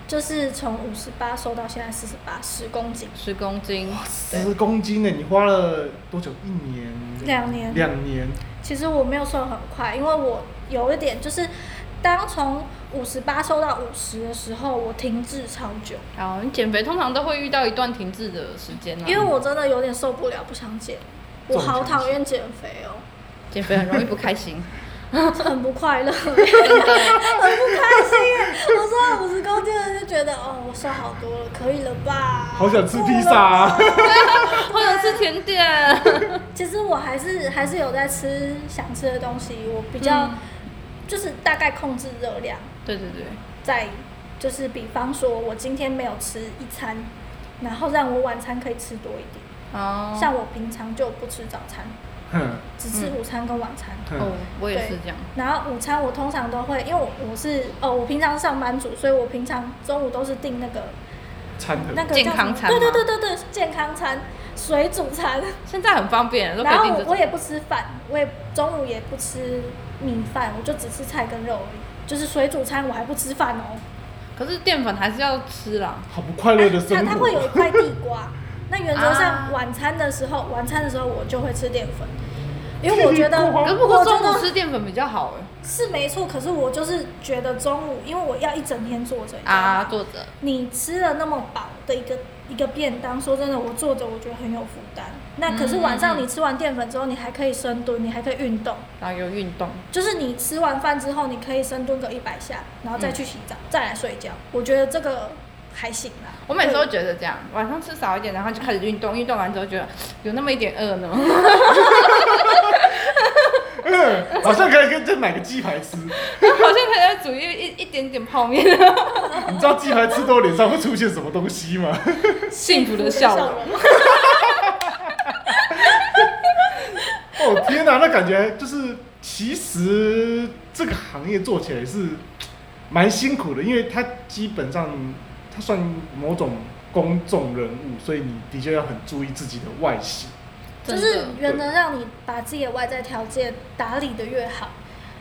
Speaker 3: 就是从五十八瘦到现在四十八，十公斤，
Speaker 4: 十公斤，
Speaker 2: 十公斤呢？欸你花了多久？一年？
Speaker 3: 两年。
Speaker 2: 两年？
Speaker 3: 其实我没有瘦很快，因为我有一点就是，当从五十八瘦到五十的时候，我停滞超久，
Speaker 4: 好，你减肥通常都会遇到一段停滞的时间啊啦，
Speaker 3: 因为我真的有点受不了，不想减。我好讨厌减肥哦，
Speaker 4: 减肥很容易不开心。
Speaker 3: [LAUGHS] 很不
Speaker 4: [LAUGHS]
Speaker 3: 快乐。
Speaker 4: 真的，
Speaker 3: 很不开心耶。我瘦了五十公斤了，就觉得哦，我瘦好多了，可以了吧？
Speaker 2: 好想吃披萨啊
Speaker 3: 够了吧
Speaker 4: 好想吃甜点。
Speaker 3: 其实我还是还是有在吃想吃的东西，我比较、
Speaker 4: 嗯
Speaker 3: 就是大概控制热量，
Speaker 4: 对对对，
Speaker 3: 在就是比方说我今天没有吃一餐，然后让我晚餐可以吃多一点。
Speaker 4: 哦，
Speaker 3: 像我平常就不吃早餐，
Speaker 2: 哼
Speaker 3: 只吃午餐跟晚餐。
Speaker 2: 哼
Speaker 4: 哦，我也是
Speaker 3: 对
Speaker 4: 这样。
Speaker 3: 然后午餐我通常都会，因为我我是哦，我平常上班族，所以我平常中午都是订那个
Speaker 2: 餐的。
Speaker 3: 那个
Speaker 4: 健
Speaker 3: 叫什么
Speaker 4: 康餐
Speaker 3: 对对
Speaker 4: 吗
Speaker 3: 对对对，健康餐、水煮餐。
Speaker 4: 现在很方便，都可
Speaker 3: 然
Speaker 4: 以
Speaker 3: 后
Speaker 4: 定
Speaker 3: 我
Speaker 4: 制
Speaker 3: 我。也不吃饭，我也中午也不吃米饭，我就只吃菜跟肉而已。就是水煮餐我还不吃饭哦，
Speaker 4: 可是淀粉还是要吃啦。
Speaker 2: 好不快乐的
Speaker 3: 它
Speaker 2: 生
Speaker 3: 它会有
Speaker 2: [LAUGHS] 活。
Speaker 3: 一块地
Speaker 4: [LAUGHS]
Speaker 3: 瓜。那原则
Speaker 4: 啊
Speaker 3: 上晚餐的时候，晚餐的时候我就会吃淀粉，因为我觉得
Speaker 2: 可
Speaker 4: 可是不
Speaker 3: 我
Speaker 4: [LAUGHS] 过
Speaker 3: 觉
Speaker 4: 中午
Speaker 3: 得
Speaker 4: 吃淀粉比较好欸
Speaker 3: 是没错，可是我就是觉得中午，因为我要一整天坐着你知
Speaker 4: 哎。
Speaker 3: 道吗
Speaker 4: 啊，坐着。
Speaker 3: 你吃了那么饱的一个一个便当，说真的，我坐着我觉得很有负担。那可是晚上你吃完淀粉之后，你还可以深蹲，你还可以运动，
Speaker 4: 然后有运动，
Speaker 3: 就是你吃完饭之后，你可以深蹲个一百下，然后再去洗澡，再来睡觉。我觉得这个还行啦。
Speaker 4: 我每次都
Speaker 3: 对
Speaker 4: 觉得这样，晚上吃少一点，然后就开始运动，运动完之后觉得有那么一点饿呢。 [LAUGHS]
Speaker 2: 嗯，好像可以跟再买个鸡排吃。你
Speaker 4: 好像可以再煮一一一点点泡面，
Speaker 2: 知道鸡排吃多脸上会出现什么东西吗？ [LAUGHS]
Speaker 4: 幸福的笑容。
Speaker 3: 容。
Speaker 2: 哦天哪、那感觉就是，其实这个行业做起来是蛮辛苦的，因为它基本上它算某种公众人物，所以你的确要很注意自己的外形。
Speaker 3: 就
Speaker 4: 真
Speaker 3: 是
Speaker 4: 的
Speaker 3: 原则上，你把自己的外在条件打理的越好，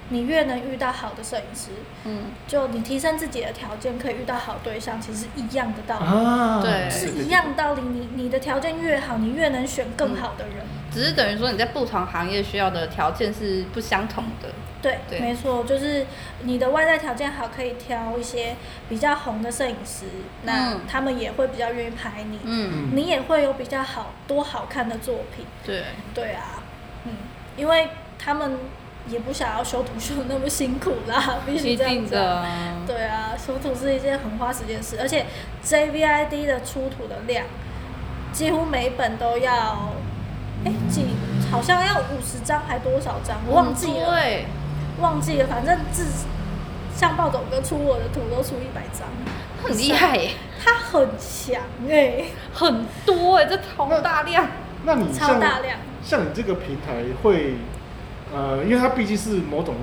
Speaker 3: 你越能遇到好的摄影师。
Speaker 4: 嗯，
Speaker 3: 就你提升自己的条件，可以遇到好对象，其实一样的道理。
Speaker 2: 啊，
Speaker 4: 对
Speaker 3: 是
Speaker 2: 对
Speaker 3: 哦
Speaker 2: 嗯
Speaker 3: 一。样道理，你你的条件越好，你越能选更好的人。
Speaker 4: 只是等于说你在不同行业需要的条件是不相同的。
Speaker 3: 对，
Speaker 4: 对
Speaker 3: 没错，就是你的外在条件好，可以挑一些比较红的摄影师，那
Speaker 4: 嗯
Speaker 3: 他们也会比较愿意拍你，
Speaker 4: 嗯，
Speaker 2: 嗯
Speaker 3: 你也会有比较好多好看的作品。
Speaker 4: 对，
Speaker 3: 对啊，嗯，因为他们也不想要修图修得那么辛苦啦，必须
Speaker 4: 一
Speaker 3: 这样
Speaker 4: 定
Speaker 3: 子啊。
Speaker 4: 的。
Speaker 3: 对啊，修图是一件很花时间的事，而且 JVID 的出图的量几乎每一本都要，哎、几好像要五十张还多少张，我忘记了，
Speaker 4: 嗯对，
Speaker 3: 忘记了，反正至像暴走哥出我的图都出一百张，
Speaker 4: 他很厉害耶，欸
Speaker 3: 他很强哎、
Speaker 4: [LAUGHS] 很多哎，这好大量。
Speaker 2: 那你
Speaker 3: 超
Speaker 2: 像
Speaker 3: 大量。
Speaker 2: 像你这个平台会，呃，因为它毕竟是某种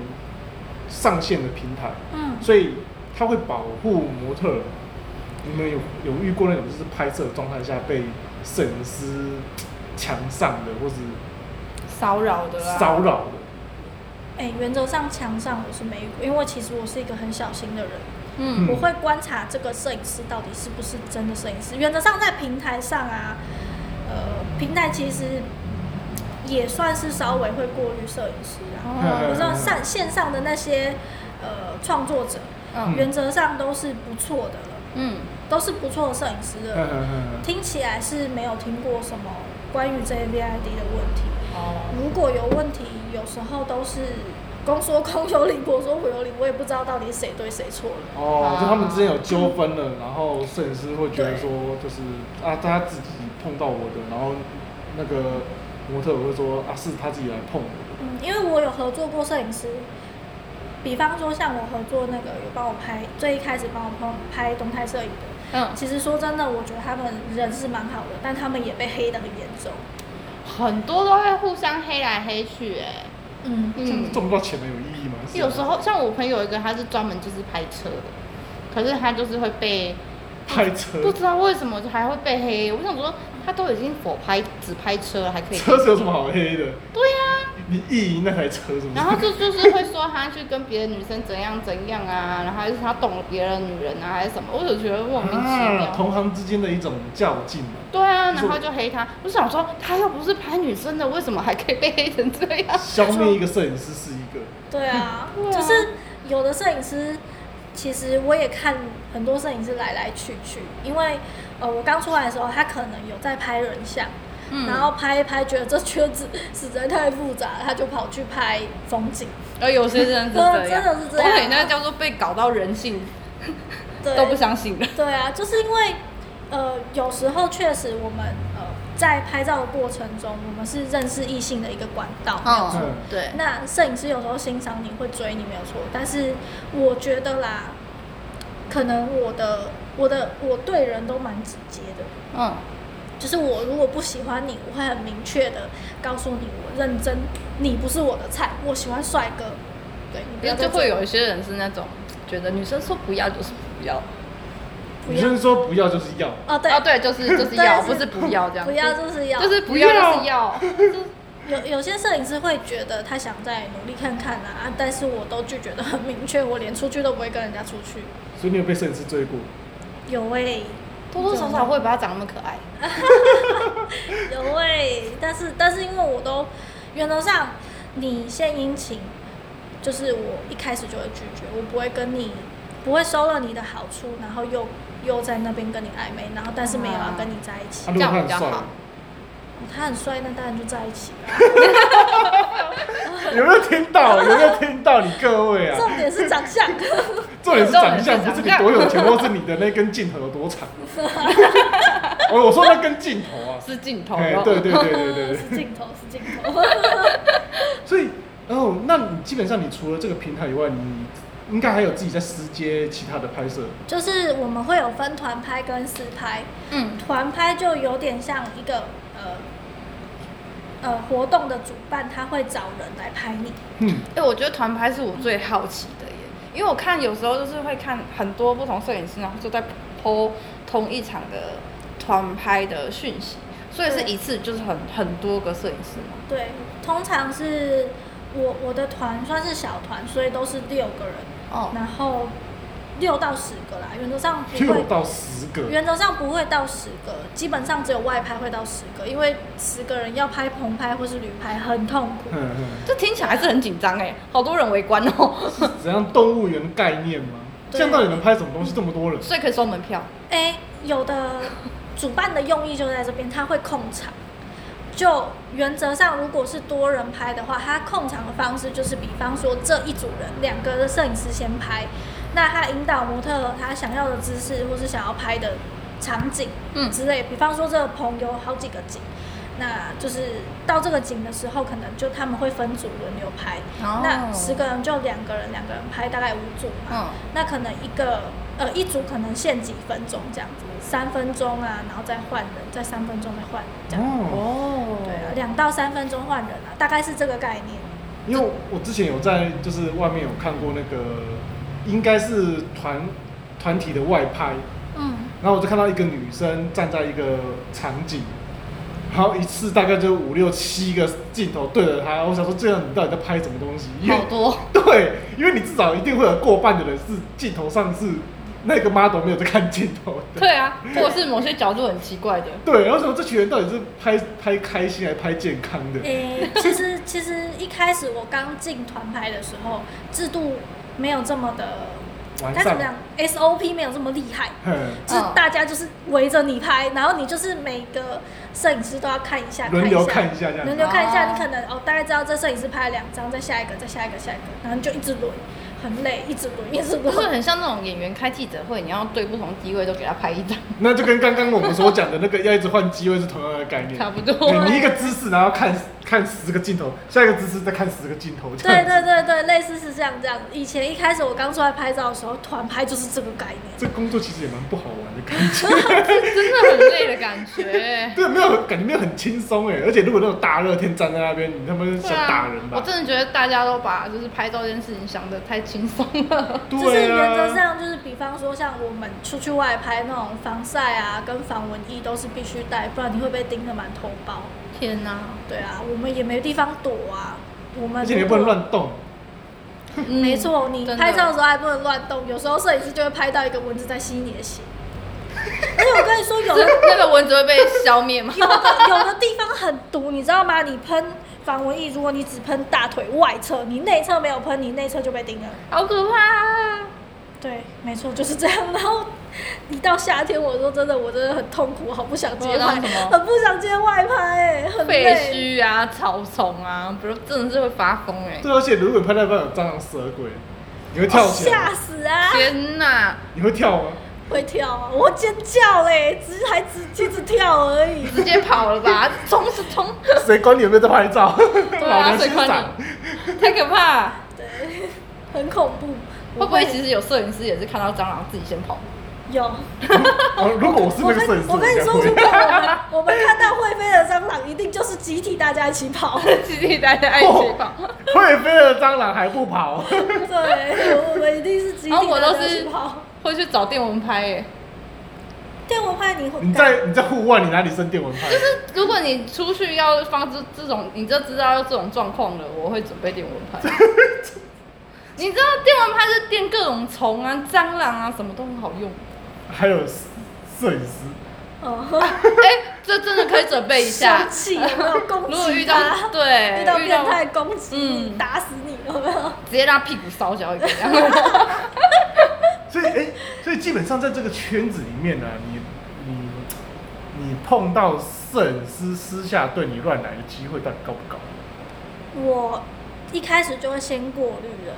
Speaker 2: 上线的平台，
Speaker 3: 嗯，
Speaker 2: 所以它会保护模特儿你们有有遇过那种就是拍摄状态下被摄影师强上的，或是
Speaker 4: 骚扰的啦，
Speaker 2: 骚扰的？
Speaker 3: 哎、原则上墙上我是没遇过，因为其实我是一个很小心的人，
Speaker 1: 嗯，
Speaker 3: 我会观察这个摄影师到底是不是真的摄影师。原则上在平台上啊，呃，平台其实也算是稍微会过滤摄影师啊。
Speaker 2: 嗯
Speaker 3: 我知道上线上的那些呃创作者，
Speaker 4: 嗯
Speaker 3: 原则上都是不错的了，
Speaker 1: 嗯，
Speaker 3: 都是不错的摄影师
Speaker 2: 嗯
Speaker 3: 的。
Speaker 2: 嗯嗯
Speaker 3: 听起来是没有听过什么关于这 VID 的问题。
Speaker 4: 哦，
Speaker 3: 如果有问题，有时候都是公说公有理，婆说婆有理，我也不知道到底谁对谁错了。
Speaker 2: 哦，就他们之间有纠纷了，然后摄影师会觉得说，就是啊，他自己碰到我的，然后那个模特儿会说啊，是他自己来碰我的。
Speaker 3: 嗯，因为我有合作过摄影师，比方说像我合作那个有帮我拍最一开始帮我拍拍动态摄影的，
Speaker 4: 嗯，
Speaker 3: 其实说真的，我觉得他们人是蛮好的，但他们也被黑得很严重。
Speaker 4: 很多都会互相黑来黑去、哎，
Speaker 3: 嗯，
Speaker 4: 嗯，
Speaker 2: 赚不到钱的有意义吗？是啊
Speaker 4: 有时候像我朋友一个，他是专门就是拍车的，可是他就是会被
Speaker 2: 拍车，
Speaker 4: 不知道为什么还会被黑。我想说，他都已经否拍只拍车了，还可以
Speaker 2: [LAUGHS] 车子有什么好黑的？
Speaker 4: 对呀、
Speaker 2: 你意淫那台车是不是？
Speaker 4: 然后就就是会说他去跟别的女生怎样怎样啊，然后还是他懂了别的女人啊，还是什么，我就觉得莫名其
Speaker 2: 啊，
Speaker 4: 妙。
Speaker 2: 同行之间的一种较劲嘛，
Speaker 4: 对啊，然后就黑他。我想说，他又不是拍女生的，为什么还可以被黑成这样？
Speaker 2: 消灭一个摄影师是一个。
Speaker 3: 对
Speaker 4: [LAUGHS]
Speaker 3: 啊，
Speaker 4: 对啊
Speaker 3: 就是有的摄影师，其实我也看很多摄影师来来去去，因为呃，我刚出来的时候，他可能有在拍人像，
Speaker 4: 嗯
Speaker 3: 然后拍一拍，觉得这圈子实在太复杂了，他就跑去拍风景。
Speaker 4: 而呃有些人是这样，
Speaker 3: [LAUGHS] 真的真的是这样
Speaker 4: 我感觉那叫做被搞到人性
Speaker 3: 对，
Speaker 4: 都不相信了。
Speaker 3: 对啊，就是因为呃，有时候确实我们呃在拍照的过程中，我们是认识异性的一个管道。
Speaker 2: 嗯
Speaker 4: 嗯，对，
Speaker 3: 那摄影师有时候欣赏你会追你没有错，但是我觉得啦，可能我的我的我对人都蛮直接的，
Speaker 4: 嗯，
Speaker 3: 就是我如果不喜欢你，我会很明确的告诉你，我认真，你不是我的菜，我喜欢帅哥，对，你不要
Speaker 4: 那
Speaker 3: 再
Speaker 4: 就
Speaker 3: 追
Speaker 4: 会有一些人是那种觉得女生说不要就是不要，
Speaker 3: 不
Speaker 2: 女
Speaker 3: 要
Speaker 2: 生说不要就是要，
Speaker 3: 哦对
Speaker 4: 哦对，
Speaker 3: [LAUGHS]
Speaker 4: 就是就是要，不是不要这样，
Speaker 3: 不要就是要，
Speaker 4: 就是不要就是要，
Speaker 3: 有有些摄影师会觉得他想再努力看看啊，啊但是我都拒绝的很明确，我连出去都不会跟人家出去。
Speaker 2: 所以你有被摄影师追过？
Speaker 3: 有
Speaker 2: 欸
Speaker 3: 喂、
Speaker 4: 多多少少会把她长那么可爱。
Speaker 3: 有喂、但是但是因为我都原则上你献殷勤，就是我一开始就会拒绝，我不会跟你不会收了你的好处，然后又又在那边跟你暧昧，然后但是没有要跟你在一起。
Speaker 2: 啊，
Speaker 3: 哦
Speaker 2: 如果他很
Speaker 4: 这样比较
Speaker 2: 帅
Speaker 4: 好，
Speaker 3: 他很帅，那当然就在一起啊了。
Speaker 2: 有没有听到？有没有听到？你各
Speaker 4: [LAUGHS]
Speaker 2: 位啊，
Speaker 3: 重点是
Speaker 2: [LAUGHS]
Speaker 3: 长相， [LAUGHS]
Speaker 2: 重点是长相，
Speaker 4: 重点是
Speaker 2: 不
Speaker 4: 长
Speaker 2: 是你多有钱，或是你的那根镜头有
Speaker 4: [LAUGHS]
Speaker 2: 多长。哦我我说那根镜头啊，
Speaker 4: 是镜头哦
Speaker 2: 哎，
Speaker 4: 肉，
Speaker 2: 对对对对对对。
Speaker 3: 是镜头，是镜头。 [LAUGHS]
Speaker 2: 所以，哦，那你基本上你除了这个平台以外，你应该还有自己在私接其他的拍摄。
Speaker 3: 就是我们会有分团拍跟私拍，
Speaker 4: 嗯，
Speaker 3: 团拍就有点像一个呃呃活动的主办，他会找人来拍你。
Speaker 2: 嗯，
Speaker 4: 哎，我觉得团拍是我最好奇的耶，因为我看有时候就是会看很多不同摄影师，然后就在 PO 同一场的团拍的讯息，所以是一次就是很很多个摄影师嘛。
Speaker 3: 对，通常是我我的团算是小团，所以都是六个人，
Speaker 4: 哦，
Speaker 3: 然后六到十个啦，原则上不
Speaker 2: 六
Speaker 3: 会。
Speaker 2: 到十个，
Speaker 3: 原则上不会到十个，基本上只有外拍会到十个，因为十个人要拍棚拍或是旅拍很痛苦。
Speaker 2: 嗯嗯，
Speaker 4: 这听起来还是很紧张哎，好多人围观哦， [LAUGHS]
Speaker 2: 是怎样动物园概念吗？
Speaker 3: 对
Speaker 2: 现在到底能拍什么东西？这么多人，
Speaker 4: 所以可以收门票。
Speaker 3: 哎、有的主办的用意就在这边，他会控场。就原则上，如果是多人拍的话，他控场的方式就是，比方说这一组人，两个的摄影师先拍，那他引导模特儿他想要的姿势或是想要拍的场景，
Speaker 4: 嗯
Speaker 3: 之类。比方说这个棚有好几个景，那就是到这个景的时候，可能就他们会分组轮流拍，
Speaker 4: 哦
Speaker 3: 那十个人就两个人，两个人拍大概五组嘛，
Speaker 4: 嗯
Speaker 3: 那可能一个呃一组可能限几分钟这样子，三分钟啊，然后再换人，再三分钟再换人这样。
Speaker 2: 哦，
Speaker 4: 哦，
Speaker 3: 对啊，两到三分钟换人啊，大概是这个概念。
Speaker 2: 因为我之前有在就是外面有看过那个，应该是团团体的外拍，
Speaker 3: 嗯，
Speaker 2: 然后我就看到一个女生站在一个场景，然后一次大概就五六七个镜头对着她，我想说这样你到底在拍什么东西？
Speaker 3: 啊
Speaker 2: 因为
Speaker 4: 好多。
Speaker 2: [LAUGHS] 对，因为你至少一定会有过半的人是镜头上是那个 model 没有在看镜头的。
Speaker 4: 对啊，或者是某些角度很奇怪的。
Speaker 2: 对，然后想这群人到底是拍拍开心还是拍健康的？
Speaker 3: 诶、其实其实一开始我刚进团拍的时候，制度没有这么的，
Speaker 2: 完
Speaker 3: 该
Speaker 2: 善
Speaker 3: 怎么。讲？SOP 没有这么厉害，
Speaker 2: 哼
Speaker 3: 就是
Speaker 4: 嗯
Speaker 3: 大家就是围着你拍，然后你就是每个摄影师都要看一下，
Speaker 2: 轮流
Speaker 3: 看
Speaker 2: 看一下这样子
Speaker 3: 轮流看一下，
Speaker 4: 哦
Speaker 3: 你可能哦大概知道这摄影师拍了两张，再下一个，再下一个，下一个，然后你就一直轮，很累，一直轮，一直
Speaker 4: 不
Speaker 2: [LAUGHS]
Speaker 4: 是
Speaker 3: 轮。
Speaker 4: 很像那种演员开记者会，你要对不同机位都给他拍一张， [LAUGHS]
Speaker 2: 那就跟刚刚我们所讲的那个要一直换机位是同样的概念。
Speaker 4: 差不多。
Speaker 2: 对你一个姿势，然后看看十个镜头，下一个姿势再看十个镜头，这
Speaker 3: 对
Speaker 2: 样子
Speaker 3: 对对对，类似是这样这样。以前一开始我刚出来拍照的时候，团拍就是这个概念。
Speaker 2: 这工作其实也蛮不好玩的感觉， [LAUGHS]
Speaker 4: 真的很累的感觉。
Speaker 2: 对，没有感觉没有很轻松哎，而且如果那种大热天站在那边，你他妈是
Speaker 3: 啊
Speaker 2: 想打人
Speaker 4: 啊我
Speaker 2: 吧？
Speaker 4: 真的觉得大家都把就是拍照这件事情想得太轻松了。
Speaker 3: 就是
Speaker 2: 对
Speaker 3: 原则
Speaker 2: 啊，
Speaker 3: 上，就是比方说像我们出去外拍那种防晒啊，跟防蚊衣都是必须带，不然你会被叮得满头包。
Speaker 4: [LAUGHS] 天哪、
Speaker 3: 对啊，我们也没地方躲啊。我们
Speaker 2: 而且你也
Speaker 3: 如
Speaker 2: 不能
Speaker 3: 果
Speaker 2: 乱动，
Speaker 4: 嗯
Speaker 3: 没错，你
Speaker 4: 真的
Speaker 3: 拍照的时候还不能乱动，有时候摄影师就会拍到一个蚊子在吸你的血。 [LAUGHS] 而且我跟你说，有的 [LAUGHS]
Speaker 4: 是那个蚊子会被消灭吗？
Speaker 3: 有的有的地方很毒，你知道吗？你喷防蚊液，如果你只喷大腿外侧，你内侧没有喷，你内侧就被叮了。
Speaker 4: [LAUGHS] 好可怕、啊！
Speaker 3: 对，没错，就是这样。然后一到夏天，我说真的，我真的很痛苦， [LAUGHS] 我好不想接
Speaker 4: 我
Speaker 3: 外
Speaker 4: 知道什，么
Speaker 3: 很不想接外拍、欸，
Speaker 4: [LAUGHS]
Speaker 3: 很
Speaker 4: 废
Speaker 3: 累。
Speaker 4: 墟啊，草丛啊，不是真的是会发疯哎、
Speaker 2: 对，而且如果你拍到一半有蟑螂、蛇鬼，你会跳起来
Speaker 3: 吓
Speaker 2: 吗，
Speaker 3: 死啊！
Speaker 4: 天哪、
Speaker 2: 你会跳吗？
Speaker 3: 会跳啊！我尖叫嘞、只是还只一直跳而已。
Speaker 4: 直接跑了 [LAUGHS] 吧，冲是冲，
Speaker 2: 谁管你有没有在拍照？
Speaker 4: 对
Speaker 2: 老
Speaker 4: 啊，
Speaker 2: 娘
Speaker 4: 谁
Speaker 2: 欣
Speaker 4: 管
Speaker 2: 赏，
Speaker 4: 你？太可怕、
Speaker 3: 对，很恐怖。
Speaker 4: 会不会
Speaker 3: 我
Speaker 4: 其实有摄影师也是看到蟑螂自己先跑？
Speaker 3: 有？
Speaker 2: 哦如果我是
Speaker 3: 我
Speaker 2: 那个
Speaker 3: 跟
Speaker 2: 摄影师，
Speaker 3: 我跟你
Speaker 2: 应该
Speaker 3: 说，
Speaker 2: 会
Speaker 3: 如果我们我们看到会飞的蟑螂，一定就是集体大家一起
Speaker 2: [LAUGHS]
Speaker 3: 跑。
Speaker 4: [LAUGHS] 自己大家爱去跑。
Speaker 2: 会飞的蟑螂还不跑， [LAUGHS]
Speaker 3: 对，我们一定是集体
Speaker 4: 然后我
Speaker 3: 大
Speaker 4: 都
Speaker 3: 家一起
Speaker 4: 是
Speaker 3: 跑。
Speaker 4: 会去找电蚊拍欸诶、
Speaker 3: 电蚊拍你会
Speaker 2: 你在你在户外，你哪里生电蚊拍？
Speaker 4: 就是如果你出去要放这这种，你就知道要这种状况了，我会准备电蚊
Speaker 3: [LAUGHS]
Speaker 4: 拍。你知道电蚊拍是电各种虫啊、蟑螂啊，什么都很好
Speaker 3: [LAUGHS]
Speaker 4: 用。
Speaker 2: 还有摄摄影师。
Speaker 3: 哦，
Speaker 4: 哎、这真的可以准 [LAUGHS] 备一下
Speaker 3: 生。气有没有攻
Speaker 4: 如果遇
Speaker 3: 击
Speaker 4: 到
Speaker 3: 他？
Speaker 4: 对
Speaker 3: 遇到变态攻击你，
Speaker 4: 嗯
Speaker 3: 打死你有没有？
Speaker 4: 直接让他屁股烧焦一
Speaker 3: [LAUGHS]
Speaker 4: 个这样。
Speaker 2: 所以，哎、所以基本上在这个圈子里面呢、你你你碰到摄影师私下对你乱来的机会到底高不高？
Speaker 3: 我一开始就会先过滤人，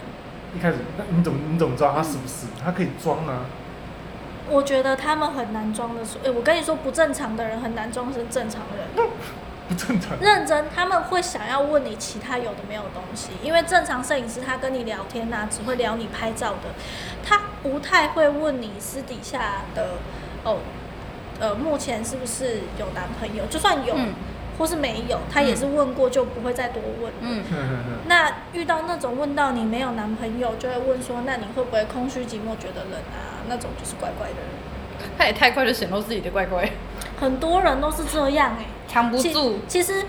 Speaker 2: 一开始，那你怎么你怎么知道他是不是？他可以装啊，
Speaker 3: 我觉得他们很难装的是，哎、我跟你说，不正常的人很难装成正常人。
Speaker 2: 不正常。
Speaker 3: 认真，他们会想要问你其他有的没有的东西，因为正常摄影师他跟你聊天呐、只会聊你拍照的，他不太会问你私底下的哦，呃，目前是不是有男朋友？就算有、
Speaker 4: 嗯
Speaker 3: 或是没有，他也是问过就不会再多问。
Speaker 4: 嗯，
Speaker 2: [LAUGHS]
Speaker 3: 那遇到那种问到你没有男朋友，就会问说，那你会不会空虚寂寞觉得冷啊？那种就是怪怪的人，
Speaker 4: 他也太快就显露自己的怪怪，
Speaker 3: 很多人都是这样哎、
Speaker 4: 藏不
Speaker 3: 其
Speaker 4: 住。
Speaker 3: 其实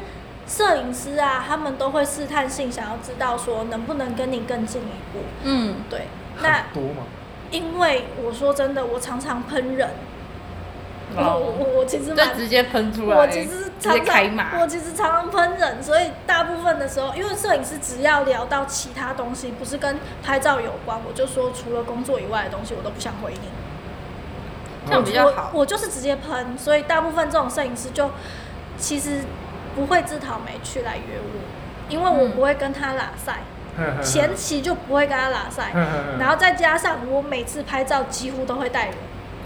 Speaker 3: 摄影师啊，他们都会试探性想要知道说能不能跟你更进一步。
Speaker 4: 嗯， [LAUGHS]
Speaker 3: 对，那
Speaker 2: 多嘛？
Speaker 3: 因为我说真的，我常常喷人，我我
Speaker 4: 哦，
Speaker 3: 我我其实
Speaker 4: 就
Speaker 3: 蛮。
Speaker 4: 直接喷出来，
Speaker 3: 我其实
Speaker 4: 直
Speaker 3: 常
Speaker 4: 接
Speaker 3: 常
Speaker 4: 开骂。
Speaker 3: 我其实常常喷人，所以大部分的时候，因为摄影师只要聊到其他东西，不是跟拍照有关，我就说除了工作以外的东西，我都不想回你。
Speaker 4: 这样比较好
Speaker 3: 我。我就是直接喷，所以大部分这种摄影师就其实不会自讨没趣来约我，因为我
Speaker 4: 嗯
Speaker 3: 不会跟他拉塞，
Speaker 2: 嗯
Speaker 3: 前期就不会跟他拉
Speaker 2: [LAUGHS]
Speaker 3: 塞，然
Speaker 2: 然
Speaker 3: 后再加上我每次拍照几乎都会带人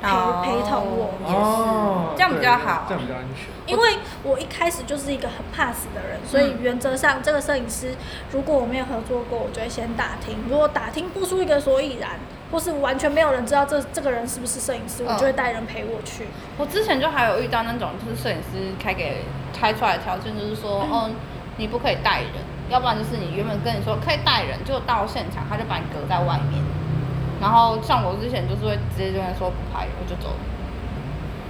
Speaker 3: 陪
Speaker 4: 哦
Speaker 3: 陪同我。
Speaker 2: 哦，
Speaker 4: 这样比较好
Speaker 2: 对这样比较安全。
Speaker 3: 因为我一开始就是一个很怕死的人，所以
Speaker 4: 嗯
Speaker 3: 原则上这个摄影师，如果我没有合作过，我就会先打听。如果打听不出一个所以然，或是完全没有人知道这这个人是不是摄影师，我
Speaker 4: 嗯
Speaker 3: 就会带人陪我去。
Speaker 4: 我之前就还有遇到那种，就是摄影师开给开出来的条件，就是说，
Speaker 3: 嗯
Speaker 4: 哦，你不可以带人，要不然就是你原本跟你说可以带人，就到现场他就把你隔在外面。然后像我之前就是会直接就跟他说不拍，我就走了。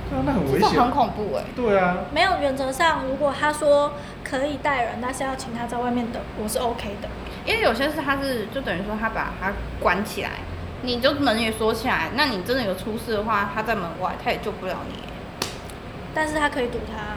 Speaker 2: 对啊，那很
Speaker 4: 这
Speaker 2: 危
Speaker 4: 种
Speaker 2: 险
Speaker 4: 很。恐怖哎、
Speaker 2: 对啊，
Speaker 3: 没有原则上，如果他说可以带人，但是要请他在外面等，我是 OK 的。
Speaker 4: 因为有些事他是就等于说他把它关起来，你就门也锁起来，那你真的有出事的话，他在门外他也救不了你欸、
Speaker 3: 但是他可以堵他，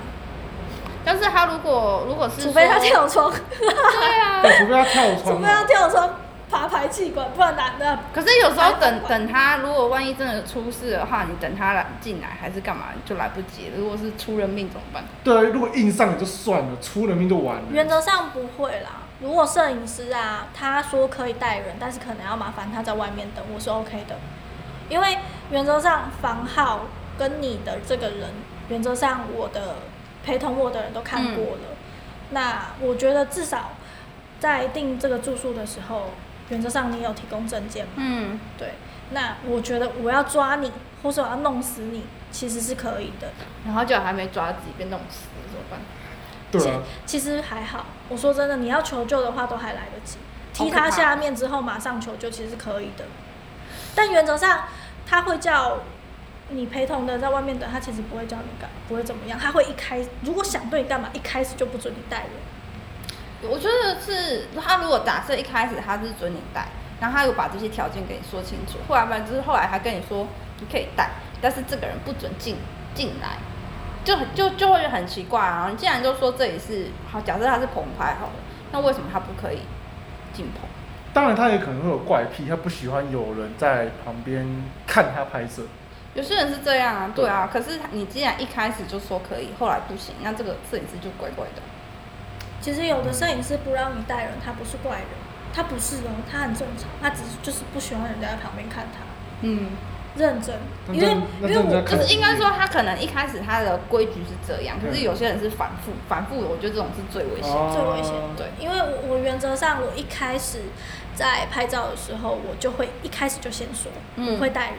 Speaker 4: 但是他如果如果是
Speaker 3: 除非他
Speaker 4: 说，
Speaker 3: 跳窗，
Speaker 4: 对
Speaker 3: [LAUGHS]
Speaker 4: 啊，
Speaker 2: 对，除非他跳
Speaker 3: 除
Speaker 2: 窗
Speaker 3: 非他
Speaker 2: 啊。
Speaker 3: 跳窗爬排气管，不然哪那
Speaker 4: 可是有时候等等他，如果万一真的出事的话，你等他来进来还是干嘛就来不及了。如果是出人命怎么办？
Speaker 2: 对啊，如果硬上也就算了，出人命就完
Speaker 3: 原
Speaker 2: 了。
Speaker 3: 则上不会啦。如果摄影师啊，他说可以带人，但是可能要麻烦他在外面等，我是 OK 的，因为原则上房号跟你的这个人，原则上我的陪同我的人都看过了，那我觉得至少在订这个住宿的时候，原则上你有提供证件嘛？
Speaker 4: 嗯，
Speaker 3: 对，那我觉得我要抓你，或是我要弄死你，其实是可以的。
Speaker 4: 然后就还没抓自己被弄死了怎么办？
Speaker 2: 对啊，
Speaker 3: 其实还好，我说真的，你要求救的话都还来得及，踢
Speaker 4: 好
Speaker 3: 他
Speaker 4: 可怕
Speaker 3: 下面之后马上求救其实是可以的，但原则上他会叫你陪同的在外面等，他其实不会叫你干，不会怎么样，他会一开如果想对你干嘛，一开始就不准你带人，
Speaker 4: 我觉得是他如果假设一开始他是准你带，然后他有把这些条件给你说清楚，后来不然就是后来他跟你说你可以带，但是这个人不准进进来，就很就就会很奇怪啊！你既然都说这里是好，假设他是棚拍好了，那为什么他不可以进棚？
Speaker 2: 当然他也可能会有怪癖，他不喜欢有人在旁边看他拍摄。
Speaker 4: 有些人是这样啊，对啊。可是你既然一开始就说可以，后来不行，那这个摄影师就怪怪的。
Speaker 3: 其实
Speaker 2: 嗯
Speaker 3: 有的摄影师不让你带人，他不是怪人，他不是哦，他很正常，他只是就是不喜欢人家在旁边看他，
Speaker 4: 嗯，
Speaker 3: 认真，
Speaker 2: 那
Speaker 3: 因为
Speaker 2: 那
Speaker 3: 因为
Speaker 2: 那
Speaker 3: 我
Speaker 4: 就是应该说他可能一开始他的规矩是这样，可是
Speaker 2: 嗯
Speaker 4: 有些人是反复反复，我觉得这种是最危险的。
Speaker 3: 最危险
Speaker 2: 哦
Speaker 4: 对
Speaker 3: 因为我我原则上我一开始在拍照的时候，我就会一开始就先说，
Speaker 4: 嗯
Speaker 3: 我会带人。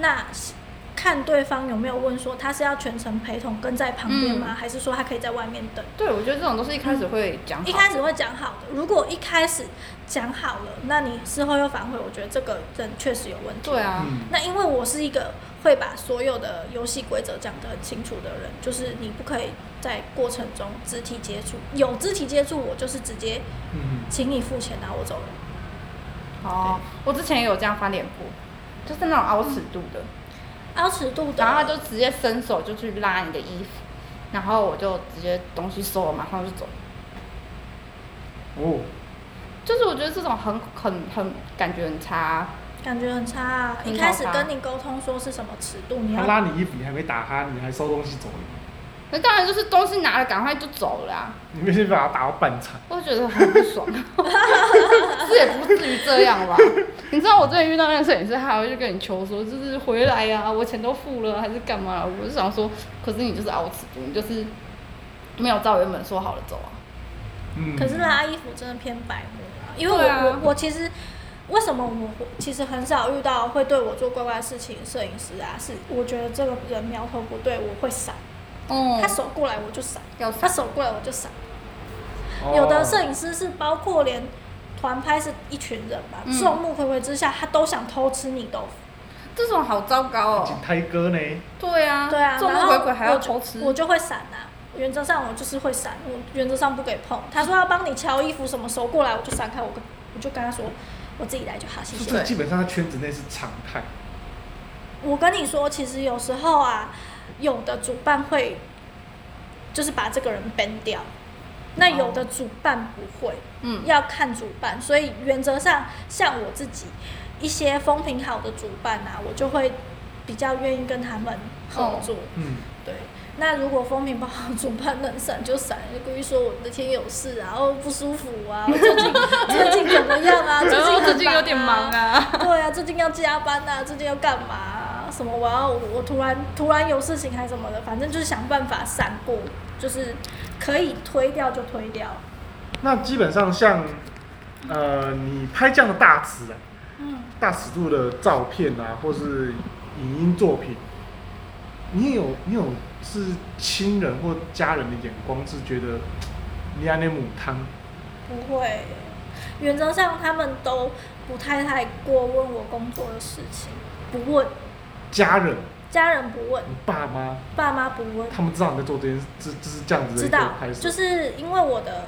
Speaker 3: 那是看对方有没有问说他是要全程陪同跟在旁边吗？
Speaker 4: 嗯
Speaker 3: 还是说他可以在外面等？
Speaker 4: 对，我觉得这种都是一开始会讲好的，
Speaker 3: 嗯一开始会讲好的，如果一开始讲好了，那你事后又反悔，我觉得这个人确实有问题。
Speaker 4: 对啊，
Speaker 2: 嗯，
Speaker 3: 那因为我是一个会把所有的游戏规则讲得很清楚的人，就是你不可以在过程中肢体接触，有肢体接触我就是直接
Speaker 2: 嗯，
Speaker 3: 请你付钱，然后我走了。
Speaker 4: 哦，我之前也有这样翻脸布，就是那种凹尺度的，
Speaker 3: 凹尺度的，
Speaker 4: 然后他就直接伸手就去拉你的衣服，然后我就直接东西收了，马上就走。
Speaker 2: 哦，
Speaker 4: 就是我觉得这种很很很感觉很差啊，
Speaker 3: 感觉很差、啊。
Speaker 4: 很
Speaker 3: 一
Speaker 4: 好
Speaker 3: 开始
Speaker 4: 发
Speaker 3: 跟你沟通说是什么尺度，你
Speaker 2: 他
Speaker 3: 要
Speaker 2: 拉你衣服，你还没打他，你还收东西走了，
Speaker 4: 那当然就是东西拿了赶快就走了啊，
Speaker 2: 你没先把他打到半场。
Speaker 4: 我就觉得很不爽，是也不至于这样吧？你知道我之前遇到那个摄影师，他还会就跟你求说，就是回来呀、我钱都付了，还是干嘛、啊我就想说，可是你就是凹尺度，你就是没有照原本说好的走啊。
Speaker 2: 嗯，
Speaker 3: 可是拉衣服真的偏白目啦，因为我、
Speaker 4: 对啊
Speaker 3: 我我其实为什么我我其实很少遇到会对我做怪怪的事情的摄影师啊，是我觉得这个人苗头不对，我会闪，
Speaker 4: 哦
Speaker 3: 他手过来我就闪，
Speaker 4: 要
Speaker 3: 他手过来我就闪。
Speaker 2: 哦
Speaker 3: 有的摄影师是包括连团拍是一群人吧，
Speaker 4: 嗯
Speaker 3: 众目睽睽之下，他都想偷吃你豆腐。
Speaker 4: 这种好糟糕
Speaker 2: 景
Speaker 4: 哦。
Speaker 2: 泰哥呢？
Speaker 4: 对啊，
Speaker 3: 对啊，
Speaker 4: 众目
Speaker 3: 然后
Speaker 4: 睽睽还要
Speaker 3: 我就
Speaker 4: 偷吃，
Speaker 3: 我就会闪啊。原则上我就是会闪，我原则上不给碰。他说要帮你敲衣服什么手过来，我就闪开，我跟我就跟他说，我自己来就好，谢
Speaker 2: 就
Speaker 3: 谢
Speaker 2: 是。基本上他圈子内是常态。
Speaker 3: 我跟你说，其实有时候啊，有的主办会就是把这个人 ban 掉，那有的主办不会，
Speaker 4: 嗯
Speaker 3: 要看主办。所以原则上，像我自己一些风评好的主办啊，我就会比较愿意跟他们合作。
Speaker 4: 哦
Speaker 2: 嗯，
Speaker 3: 对，那如果风评不好，主办能闪就闪，就故意说我那天有事啊，哦不舒服
Speaker 4: [LAUGHS]
Speaker 3: 啊，我最近最近怎么样啊？最近
Speaker 4: 然后
Speaker 3: 很
Speaker 4: 最近有点忙
Speaker 3: 忙。
Speaker 4: 啊。
Speaker 3: 对啊，最近要加班啊，最近要干嘛啊、什么我要我我突然突然有事情还是什么的，反正就是想办法闪过，就是可以推掉就推掉。
Speaker 2: 那基本上像呃，你拍这样的大尺啊、
Speaker 3: 嗯，
Speaker 2: 大尺度的照片啊，或是影音作品，你有你有是亲人或家人的眼光是觉得你安那母汤，
Speaker 3: 不会，原则上他们都不太太过问我工作的事情，不问。
Speaker 2: 家人
Speaker 3: 家人不问，
Speaker 2: 你爸妈
Speaker 3: 爸妈不问，
Speaker 2: 他们知道你在做这件事，这这是这样子的
Speaker 3: 知
Speaker 2: 一个
Speaker 3: 道
Speaker 2: 拍，摄，
Speaker 3: 就是因为我的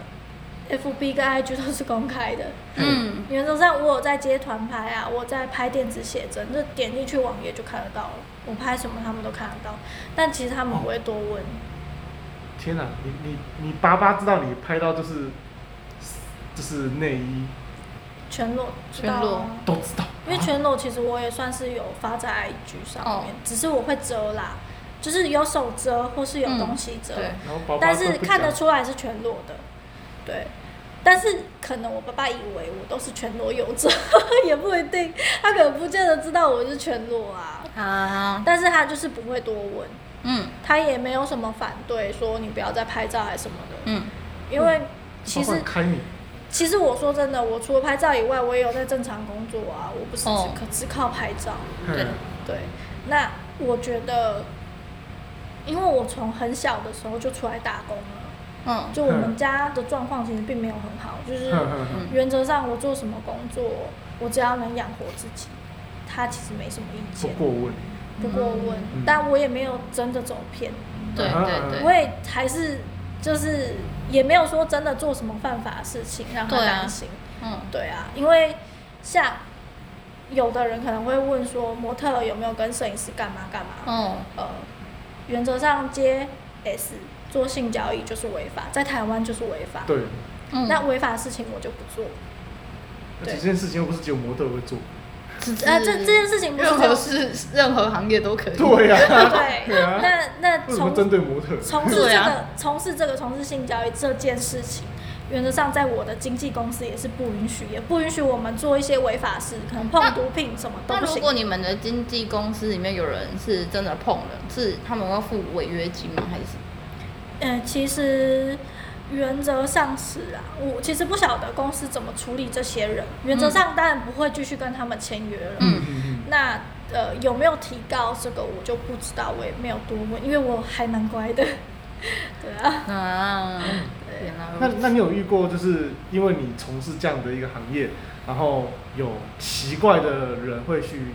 Speaker 3: FB 跟 IG 都是公开的，
Speaker 2: 嗯，
Speaker 1: 嗯，
Speaker 3: 原则上我有在接团拍啊，我在拍电子写真，就点进去网页就看得到了，我拍什么他们都看得到，但其实他们不会多问，
Speaker 2: 天哪、你你你爸爸知道你拍到就是就是内衣
Speaker 3: 全裸，知道啊
Speaker 4: 全裸
Speaker 2: 都知道，
Speaker 3: 因为
Speaker 4: 啊
Speaker 3: 全裸其实我也算是有发在 IG 上
Speaker 4: 哦
Speaker 3: 面，只是我会遮啦，就是有手遮或是有东西遮，
Speaker 4: 嗯对，
Speaker 2: 然后爸爸
Speaker 3: 但
Speaker 2: 都
Speaker 3: 是
Speaker 2: 不
Speaker 3: 看
Speaker 2: 讲
Speaker 3: 得出来是全裸的，对。但是可能我爸爸以为我都是全裸有遮， [LAUGHS] 也不一定，他可能不见得知道我是全裸啊，
Speaker 4: 啊，
Speaker 3: 但是他就是不会多问，
Speaker 4: 嗯
Speaker 3: 他也没有什么反对说你不要再拍照还是什么的，
Speaker 4: 嗯，
Speaker 3: 因为
Speaker 2: 爸
Speaker 3: 其
Speaker 2: 爸
Speaker 3: 实
Speaker 2: 会开你，
Speaker 3: 其实我说真的，我除了拍照以外，我也有在正常工作啊，我不是只
Speaker 4: 哦
Speaker 3: 可只靠拍照。
Speaker 4: 对
Speaker 2: 嗯
Speaker 3: 对，那我觉得，因为我从很小的时候就出来打工了，
Speaker 4: 嗯
Speaker 3: 就我们
Speaker 2: 嗯
Speaker 3: 家的状况其实并没有很好，就是
Speaker 2: 哼哼哼
Speaker 4: 嗯
Speaker 3: 原则上我做什么工作，我只要能养活自己，他其实没什么意
Speaker 2: 不
Speaker 3: 见，
Speaker 2: 过问，
Speaker 3: 不过问，
Speaker 2: 嗯
Speaker 3: 但我也没有真的走偏，
Speaker 4: 对
Speaker 2: 啊
Speaker 4: 对对
Speaker 3: 我也还是就是也没有说真的做什么犯法的事情让他
Speaker 4: 对啊
Speaker 3: 担心。
Speaker 4: 嗯，
Speaker 3: 对啊，因为像有的人可能会问说，模特儿有没有跟摄影师干嘛干嘛？
Speaker 4: 嗯，
Speaker 3: 呃，原则上接 S 做性交易就是违法，在台湾就是违法。
Speaker 2: 对，
Speaker 4: 嗯
Speaker 3: 那违法的事情我就不做。
Speaker 2: 而且
Speaker 3: 对
Speaker 2: 这件事情又不是只有模特会做，
Speaker 3: 啊，
Speaker 4: 呃
Speaker 3: 这这件事情不是
Speaker 4: 任
Speaker 3: 只有
Speaker 4: 何事任何行业都可以，
Speaker 2: 对呀、对
Speaker 3: [LAUGHS] 对
Speaker 2: 啊，
Speaker 3: 那那
Speaker 2: 为什么
Speaker 3: 从
Speaker 2: 针对模特？
Speaker 3: 从事
Speaker 4: 对
Speaker 3: 这
Speaker 4: 啊
Speaker 3: 个从事这个从事性交易这件事情，原则上在我的经纪公司也是不允许，也不允许我们做一些违法事，可能碰
Speaker 4: 那
Speaker 3: 毒品什么都
Speaker 4: 那
Speaker 3: 不
Speaker 4: 如
Speaker 3: 行。
Speaker 4: 果你们的经纪公司里面有人是真的碰了，是他们要付违约金吗？还是
Speaker 3: 嗯，其实原则上是啊，我其实不晓得公司怎么处理这些人。原则上当然不会继续跟他们签约了。
Speaker 4: 嗯
Speaker 2: 嗯
Speaker 3: 那呃有没有提高这个我就不知道，我也没有多问，因为我还蛮乖的。 [LAUGHS] 对啊，
Speaker 4: 啊？原来
Speaker 2: 嗯，那
Speaker 4: 如此
Speaker 2: 那你有遇过就是因为你从事这样的一个行业，然后有奇怪的人会去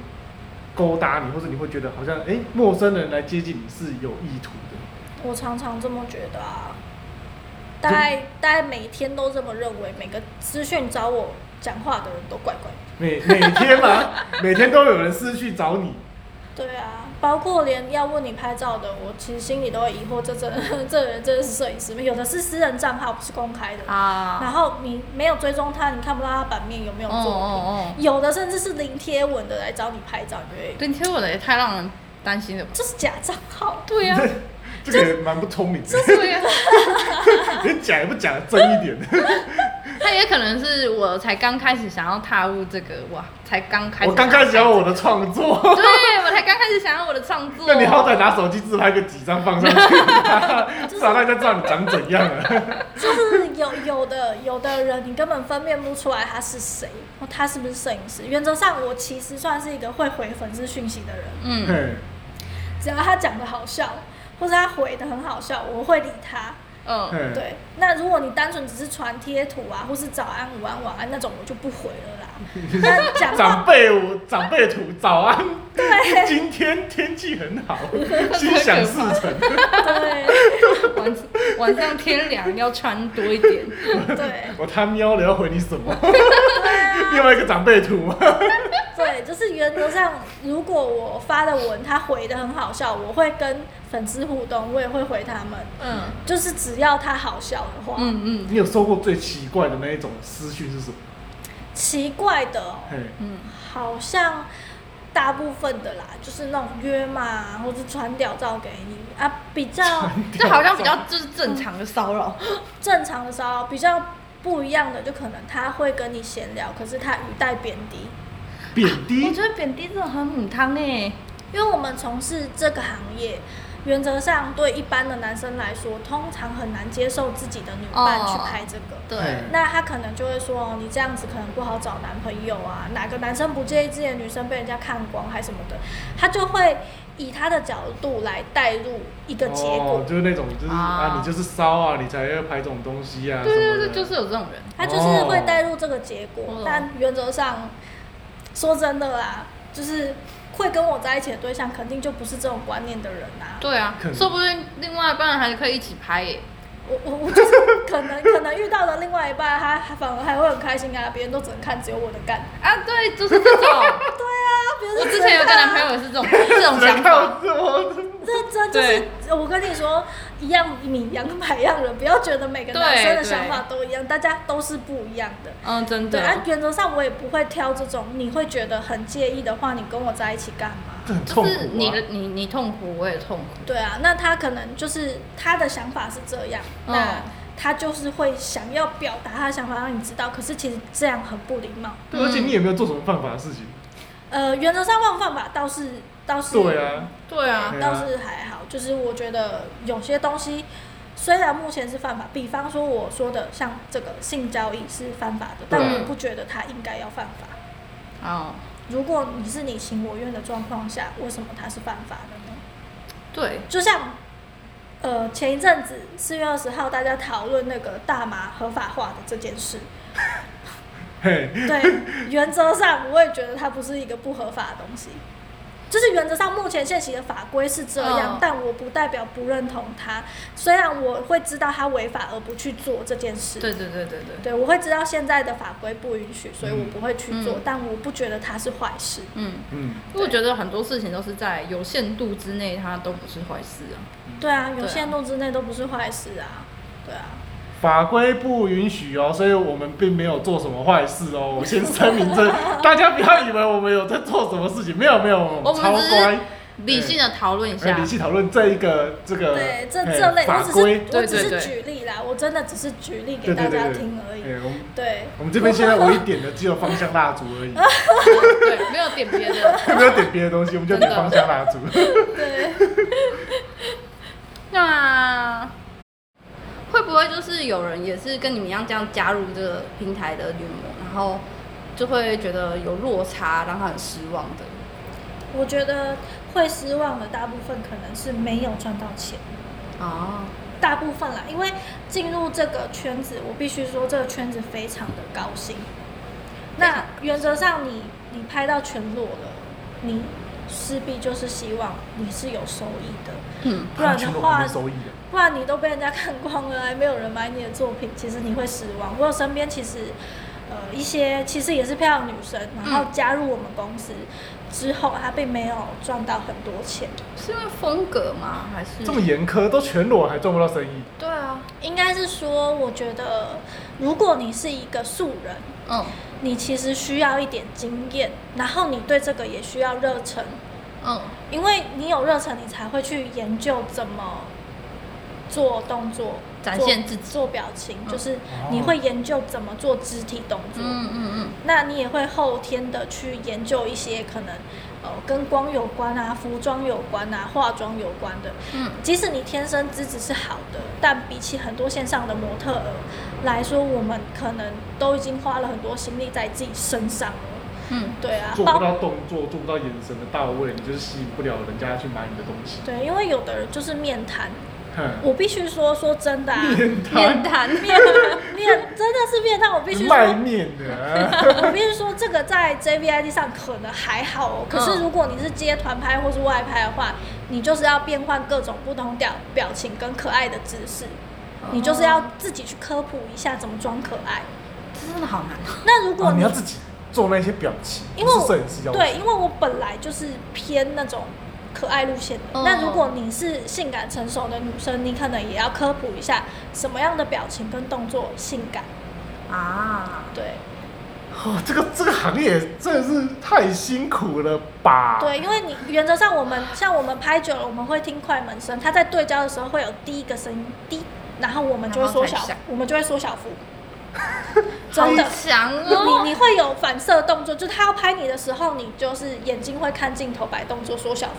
Speaker 2: 勾搭你，或者你会觉得好像哎、诶陌生人来接近你是有意图的，
Speaker 3: 我常常这么觉得啊，大概大概每天都这么认为，每个资讯找我讲话的人都怪怪的。
Speaker 2: 每每天嘛， [LAUGHS] 每天都有人私去找你，
Speaker 3: 对啊，包括连要问你拍照的，我其实心里都会疑惑，这 [LAUGHS] 真这人真的是摄影师吗？有的是私人账号，不是公开的。然
Speaker 4: 啊，
Speaker 3: 后你没有追踪他，你看不到他版面有没有
Speaker 4: 哦
Speaker 3: 作品。
Speaker 4: 哦哦，
Speaker 3: 有的甚至是零贴文的来找你拍照，你会
Speaker 4: 对，贴我的也太让人担心了吧？
Speaker 3: 这是假账号。
Speaker 4: 对啊呀，
Speaker 2: 这个也蛮不聪明的，
Speaker 4: 对啊呀，
Speaker 2: 连讲也不讲得真一点的。
Speaker 4: 他也可能是我才刚开始想要踏入这个，哇，才刚开始，
Speaker 2: 我刚开始讲我的创作，
Speaker 4: 对我才刚开始想要我的创作。
Speaker 2: [LAUGHS] 那你好歹拿手机自拍个几张放上
Speaker 4: [LAUGHS]
Speaker 2: 去，至少大家知道你长怎样啊了。
Speaker 3: 就是有 [LAUGHS] 有的有的人，你根本分辨不出来他是谁，或他是不是摄影师。原则上，我其实算是一个会回粉丝讯息的人，
Speaker 4: 嗯，
Speaker 2: 嘿
Speaker 3: 只要他讲的好笑，或者他回的很好笑，我会理他。
Speaker 4: 嗯，
Speaker 2: 嘿
Speaker 3: 对，那如果你单纯只是传贴图啊，或是早安、午安、晚安那种，我就不回了啦。那讲
Speaker 2: 长
Speaker 3: 话，
Speaker 2: 辈我长辈图早安，今天天气很
Speaker 4: [LAUGHS]
Speaker 2: 好，心想事成。
Speaker 3: 对
Speaker 4: 晚晚上天凉要穿多一点。
Speaker 3: 对
Speaker 2: 我他喵了要回你什么？
Speaker 4: 啊
Speaker 2: 另外一个长辈图，
Speaker 3: 对，就是原则上，如果我发的文他回的很好笑，我会跟粉丝互动，我也会回他们。
Speaker 4: 嗯
Speaker 3: 就是只要他好笑的话，
Speaker 4: 嗯
Speaker 2: 你有收过最奇怪的那一种私讯是什么？
Speaker 3: 奇怪的哦、
Speaker 2: 嘿，
Speaker 4: 嗯
Speaker 3: 好像大部分的啦，就是那种约嘛，或是传屌照给你啊，比较。
Speaker 4: 嗯，这好像比较就是正常的骚扰。
Speaker 3: 正常的骚扰比较不一样的，就可能他会跟你闲聊，可是他语带贬低。
Speaker 2: 贬
Speaker 4: 我
Speaker 2: 低
Speaker 4: 觉得贬低这种很母汤哎，
Speaker 3: 因为我们从事这个行业，原则上对一般的男生来说，通常很难接受自己的女伴
Speaker 4: 哦
Speaker 3: 去拍这个。
Speaker 4: 对
Speaker 2: 嘿
Speaker 3: 那他可能就会说，哦你这样子可能不好找男朋友啊，哪个男生不介意自己的女生被人家看光还什么的，他就会以他的角度来带入一个结果。
Speaker 2: 哦，就是那种就是啊
Speaker 4: 啊，
Speaker 2: 你就是骚啊，你才要拍这种东西啊，
Speaker 4: 对
Speaker 2: 什
Speaker 4: 对
Speaker 2: 么
Speaker 4: 对，
Speaker 2: 的
Speaker 4: 就是有这种人。
Speaker 3: 他就是会带入这个结果，
Speaker 4: 哦
Speaker 3: 但原则上，说真的啦，就是会跟我在一起的对象，肯定就不是这种观念的人啊。
Speaker 4: 对啊
Speaker 2: 可，能
Speaker 4: 说不定另外一半还可以一起欸拍耶。
Speaker 3: 我我我就是可能 [LAUGHS] 可能遇到的另外一半，他他反而还会很开心啊，别人都只能看只有我的干。
Speaker 4: 啊，对，就是这种。 [LAUGHS]
Speaker 3: 对啊，别人
Speaker 4: 我
Speaker 3: 都
Speaker 4: 之
Speaker 3: 只能
Speaker 4: 前有个
Speaker 3: 看啊
Speaker 4: 男朋友也是这种这
Speaker 3: 啊
Speaker 4: 种想法，
Speaker 2: 这么
Speaker 3: 这这就是我跟你说，一样米养百样人，不 [LAUGHS] 要觉得每个男生的想法都一样，大家都是不一样的。
Speaker 4: 嗯，真
Speaker 3: 对，按、
Speaker 4: 的，
Speaker 3: 原则上我也不会挑这种，你会觉得很介意的话，你跟我在一起干嘛？
Speaker 2: 这很
Speaker 4: 就
Speaker 2: 痛苦、啊
Speaker 4: 是你的你你痛苦，我也痛苦。
Speaker 3: 对啊，那他可能就是他的想法是这样，
Speaker 4: 嗯
Speaker 3: 那他就是会想要表达他的想法，让你知道。可是其实这样很不礼貌。
Speaker 2: 对，而且你也没有做什么犯法的事情。
Speaker 3: 呃，原则上犯不犯法倒是倒是
Speaker 2: 对啊，
Speaker 4: 对啊，
Speaker 3: 倒是还好，就是我觉得有些东西虽然目前是犯法，比方说我说的像这个性交易是犯法的，但
Speaker 2: 对啊
Speaker 3: 我不觉得它应该要犯法。
Speaker 4: 哦，
Speaker 3: 如果你是你情我愿的状况下，为什么它是犯法的呢？
Speaker 4: 对，
Speaker 3: 就像呃前一阵子四月二十号大家讨论那个大麻合法化的这件事，
Speaker 2: 嘿，
Speaker 4: [LAUGHS]
Speaker 3: 对，原则上我也觉得它不是一个不合法的东西，就是原则上目前现行的法规是这样，
Speaker 4: 嗯
Speaker 3: 但我不代表不认同它。虽然我会知道它违法而不去做这件事，
Speaker 4: 对对对对对，
Speaker 3: 对我会知道现在的法规不允许，所以我不会去做，
Speaker 4: 嗯
Speaker 3: 但我不觉得它是坏事。
Speaker 4: 嗯，
Speaker 2: 嗯，
Speaker 4: 因为我觉得很多事情都是在有限度之内，它都不是坏事啊。
Speaker 3: 对啊，
Speaker 4: 对
Speaker 3: 有
Speaker 4: 啊
Speaker 3: 限度之内都不是坏事啊，对啊。
Speaker 2: 法规不允许哦，所以我们并没有做什么坏事哦。我先声明
Speaker 4: [LAUGHS]
Speaker 2: 这，大家不要以为我们有在做什么事情，没有没有，我
Speaker 4: 我
Speaker 2: 们
Speaker 4: 们
Speaker 2: 超
Speaker 4: 只是
Speaker 2: 乖。
Speaker 4: 理性的讨论一
Speaker 2: 哎，
Speaker 4: 下
Speaker 2: 理，性讨论这一个这个
Speaker 3: 对，这
Speaker 2: 哎
Speaker 3: 这类我
Speaker 2: 法
Speaker 3: 只
Speaker 2: 规
Speaker 3: 是，我
Speaker 4: 对
Speaker 3: 只
Speaker 4: 对对
Speaker 3: 是举例啦，我真的只是举例给
Speaker 2: 对
Speaker 3: 大
Speaker 2: 对对
Speaker 3: 家
Speaker 2: 对
Speaker 3: 听而已。
Speaker 2: 哎，我们
Speaker 3: 对，
Speaker 2: 我们这边现在唯一点的只有芳香蜡烛而已，
Speaker 3: [LAUGHS]
Speaker 4: 对，没有点别的。
Speaker 2: [LAUGHS] 没有点别的东西，我们就点芳香蜡烛。
Speaker 3: 对，
Speaker 4: 那会不会就是有人也是跟你们一样这样加入这个平台的女模，然后就会觉得有落差，让他很失望的？
Speaker 3: 我觉得会失望的大部分可能是没有赚到钱，
Speaker 4: 哦，
Speaker 3: 大部分啦，因为进入这个圈子，我必须说这个圈子非常的高薪。那原则上你，你拍到全裸了，你势必就是希望你是有收益的，
Speaker 4: 嗯，
Speaker 3: 不然
Speaker 2: 全
Speaker 3: 的
Speaker 2: 部
Speaker 3: 话
Speaker 2: 没，收益啊。
Speaker 3: 不然你都被人家看光了，还没有人买你的作品，其实你会失望。我有身边其实，呃，一些其实也是漂亮女生，然后加入我们公司之后，她并没有赚到很多钱。
Speaker 4: 是因为风格吗？还是
Speaker 2: [LAUGHS] 这么严苛，都全裸还赚不到生意，
Speaker 4: 对啊，
Speaker 3: 应该是说，我觉得如果你是一个素人，
Speaker 4: 嗯
Speaker 3: 你其实需要一点经验，然后你对这个也需要热忱，
Speaker 4: 嗯
Speaker 3: 因为你有热忱，你才会去研究怎么做动作、
Speaker 4: 展
Speaker 3: 做
Speaker 4: 现自己
Speaker 3: 做表情，
Speaker 4: 嗯
Speaker 3: 就是你会研究怎么做肢体动作。
Speaker 4: 嗯嗯
Speaker 3: 那你也会后天的去研究一些可能，呃，跟光有关啊、服装有关啊、化妆有关的。
Speaker 4: 嗯
Speaker 3: 即使你天生资质是好的，但比起很多线上的模特儿来说，我们可能都已经花了很多心力在自己身上了。
Speaker 4: 嗯嗯，
Speaker 3: 对啊，
Speaker 2: 做
Speaker 3: 包
Speaker 2: 不到动作，做不到眼神的到位，你就是吸引不了人家去买你的东西。
Speaker 3: 对，因为有的人就是面谈，
Speaker 2: 哼，
Speaker 3: 我必须说说真的啊，
Speaker 2: [LAUGHS] 面
Speaker 4: 嗯面
Speaker 2: 谈
Speaker 4: 谈
Speaker 3: 面面真的是面谈，我必须
Speaker 2: 卖
Speaker 3: 说，
Speaker 2: 面的啊，
Speaker 3: [LAUGHS] 我必须说这个在 JVID 上可能还好哦，可是
Speaker 4: 嗯
Speaker 3: 如果你是接团拍或是外拍的话，你就是要变换各种不同表表情跟可爱的姿势，
Speaker 4: 哦
Speaker 3: 你就是要自己去科普一下怎么装可爱。
Speaker 4: 这真的好难。
Speaker 3: 那如果
Speaker 2: [LAUGHS] 哦你要自己做那些表情，
Speaker 3: 因
Speaker 2: 不
Speaker 3: 为
Speaker 2: 是
Speaker 3: 我
Speaker 2: 摄影师要求
Speaker 3: 对，因为我本来就是偏那种可爱路线的。
Speaker 4: 嗯
Speaker 3: 那如果你是性感成熟的女生，你可能也要科普一下什么样的表情跟动作性感。
Speaker 4: 啊，
Speaker 3: 对
Speaker 2: 哦，这个这个行业真的是太辛苦了
Speaker 4: 啊
Speaker 2: 吧？
Speaker 3: 对，因为你原则上我们像我们拍久了，我们会听快门声，它在对焦的时候会有第一个声音滴，然后我们就会缩小
Speaker 4: 然后才响，
Speaker 3: 我们就会
Speaker 4: [LAUGHS]
Speaker 3: 缩小幅。
Speaker 4: 好
Speaker 3: 真的。
Speaker 4: 强哦！
Speaker 3: 你你会有反射动作，就是他要拍你的时候，你就是眼睛会看镜头，摆动作缩小幅。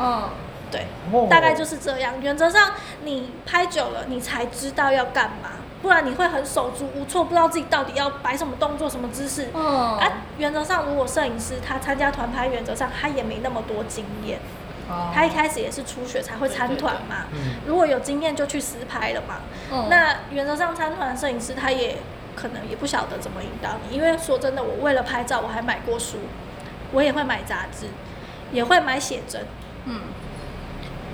Speaker 4: 嗯，
Speaker 3: 对，
Speaker 2: 哦
Speaker 3: 大概就是这样。原则上，你拍久了，你才知道要干嘛，不然你会很手足无措，不知道自己到底要摆什么动作、什么姿势。
Speaker 4: 哦
Speaker 3: 啊，原则上，如果摄影师他参加团拍，原则上他也没那么多经验，
Speaker 4: 哦
Speaker 3: 他一开始也是初学才会参团嘛。
Speaker 2: 嗯，
Speaker 3: 如果有经验就去实拍了嘛。
Speaker 4: 嗯
Speaker 3: 那原则上参团的摄影师他也可能也不晓得怎么引导你，因为说真的，我为了拍照我还买过书，我也会买杂志，也会买写真，
Speaker 1: 嗯，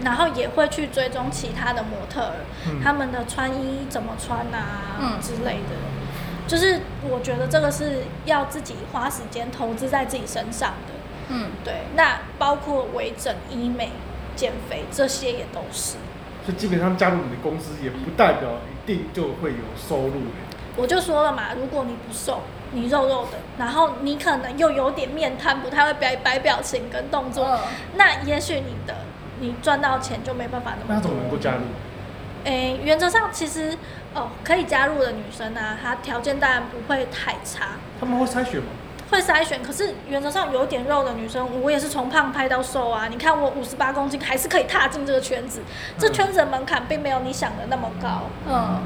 Speaker 3: 然后也会去追踪其他的模特儿，
Speaker 2: 嗯
Speaker 3: 他们的穿衣怎么穿啊、
Speaker 1: 嗯
Speaker 3: 之类的。就是我觉得这个是要自己花时间投资在自己身上的，
Speaker 1: 嗯，
Speaker 3: 对。那包括微整、医美、减肥这些也都是。
Speaker 2: 就基本上加入你的公司也不代表一定就会有收入欸、
Speaker 3: 我就说了嘛，如果你不瘦，你肉肉的，然后你可能又有点面瘫，不太会摆摆表情跟动作，
Speaker 1: 嗯
Speaker 3: 那也许你的你赚到钱就没办法那
Speaker 2: 那他
Speaker 3: 么多
Speaker 2: 怎么。能够加入？
Speaker 3: 嗯诶、原则上其实哦，可以加入的女生啊，她条件当然不会太差，
Speaker 2: 他们会筛选吗？
Speaker 3: 会筛选。可是原则上有点肉的女生，我也是从胖拍到瘦啊。你看我五十八公斤，还是可以踏进这个圈子。这
Speaker 2: 嗯
Speaker 3: 圈子的门槛并没有你想的那么高，
Speaker 1: 嗯，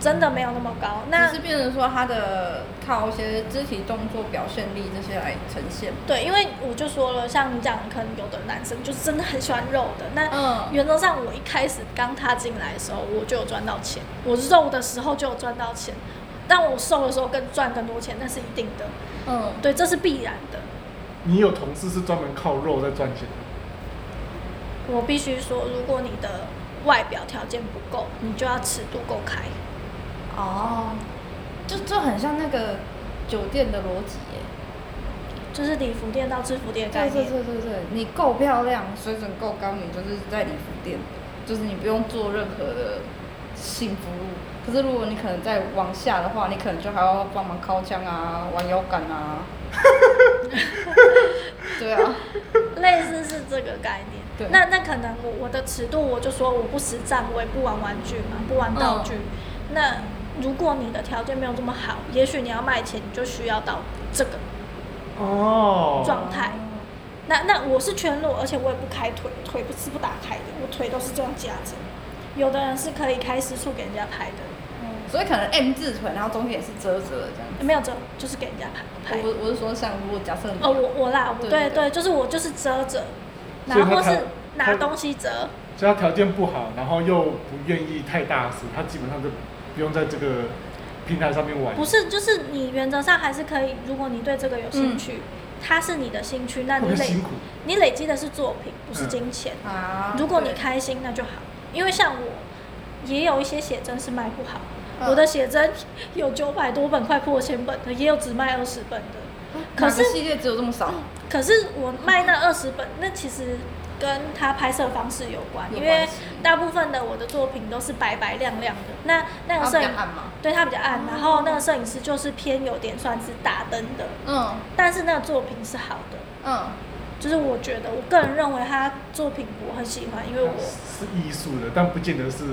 Speaker 3: 真的没有那么高。那
Speaker 4: 只是变成说他的靠一些肢体动作、表现力这些来呈现。
Speaker 3: 对，因为我就说了，像你讲，可能有的男生就是真的很喜欢肉的。那
Speaker 1: 嗯
Speaker 3: 原则上，我一开始刚踏进来的时候，我就有赚到钱。我肉的时候就有赚到钱，但我瘦的时候更赚更多钱，那是一定的。
Speaker 1: 嗯，
Speaker 3: 对，这是必然的。
Speaker 2: 你有同事是专门靠肉在赚钱的，
Speaker 3: 我必须说，如果你的外表条件不够，你就要尺度够开。
Speaker 4: 哦，就就很像那个酒店的逻辑耶。
Speaker 3: 就是礼服店到制服店的概
Speaker 4: 对对
Speaker 3: 念。
Speaker 4: 对对对，你够漂亮，水准够高，你就是在礼服店，就是你不用做任何的性服务。可是如果你可能再往下的话，你可能就还要帮忙敲枪啊、玩摇杆啊。对啊，
Speaker 3: 类似是这个概念。
Speaker 4: 对
Speaker 3: 那那可能我我的尺度，我就说我不实战，我也不玩玩具嘛，不玩
Speaker 4: 嗯
Speaker 3: 道具。那如果你的条件没有这么好，也许你要卖钱，你就需要到这个
Speaker 2: 哦
Speaker 3: 状态。那那我是全裸，而且我也不开腿，腿不是不打开的，我腿都是这样夹着。有的人是可以开私处给人家拍的，
Speaker 4: 所以可能 M 字腿，然后中间也是遮遮的这样子。
Speaker 3: 嗯没有这就是给人家拍拍。
Speaker 4: 我我是说，像如果假设你
Speaker 3: 哦，我我啦，我
Speaker 4: 对
Speaker 3: 对
Speaker 4: 对
Speaker 3: 对，
Speaker 4: 对
Speaker 3: 就是我就是遮着，
Speaker 2: 所以
Speaker 3: 然后
Speaker 2: 他
Speaker 3: 或
Speaker 2: 才
Speaker 3: 是拿
Speaker 2: 他
Speaker 3: 东西遮。
Speaker 2: 只要条件不好，然后又不愿意太大时，他基本上就不用在这个平台上面玩。
Speaker 3: 不是，就是你原则上还是可以，如果你对这个有
Speaker 4: 嗯
Speaker 3: 兴趣，它是你的兴趣，那
Speaker 2: 特
Speaker 3: 你
Speaker 2: 别
Speaker 3: 啊累
Speaker 2: 辛苦，
Speaker 3: 你累积的是作品，不是
Speaker 2: 嗯
Speaker 3: 金钱。
Speaker 4: 啊，
Speaker 3: 如果你
Speaker 4: 对，
Speaker 3: 开心，那就好。因为像我，也有一些写真是卖不好，
Speaker 4: 嗯
Speaker 3: 我的写真 [LAUGHS] 有九百多本，快破千本的，也有只卖二十本的。可
Speaker 4: 可
Speaker 3: 是嗯
Speaker 4: 是系列只有这么少，
Speaker 3: 可是我卖那二十本，那其实跟它拍摄方式有关，
Speaker 4: 有
Speaker 3: 因为
Speaker 4: 关系
Speaker 3: 大部分的我的作品都是白白亮亮的，那
Speaker 4: 它
Speaker 3: 那个
Speaker 4: 比较
Speaker 3: 摄影
Speaker 4: 暗嘛。
Speaker 3: 对它比较暗，然后那个摄影师就是偏有点算是打灯的，
Speaker 4: 嗯
Speaker 3: 但是那个作品是好的，
Speaker 4: 嗯，
Speaker 3: 就是我觉得我个人认为他作品我很喜欢，因为我
Speaker 2: 是艺术的，但不见得是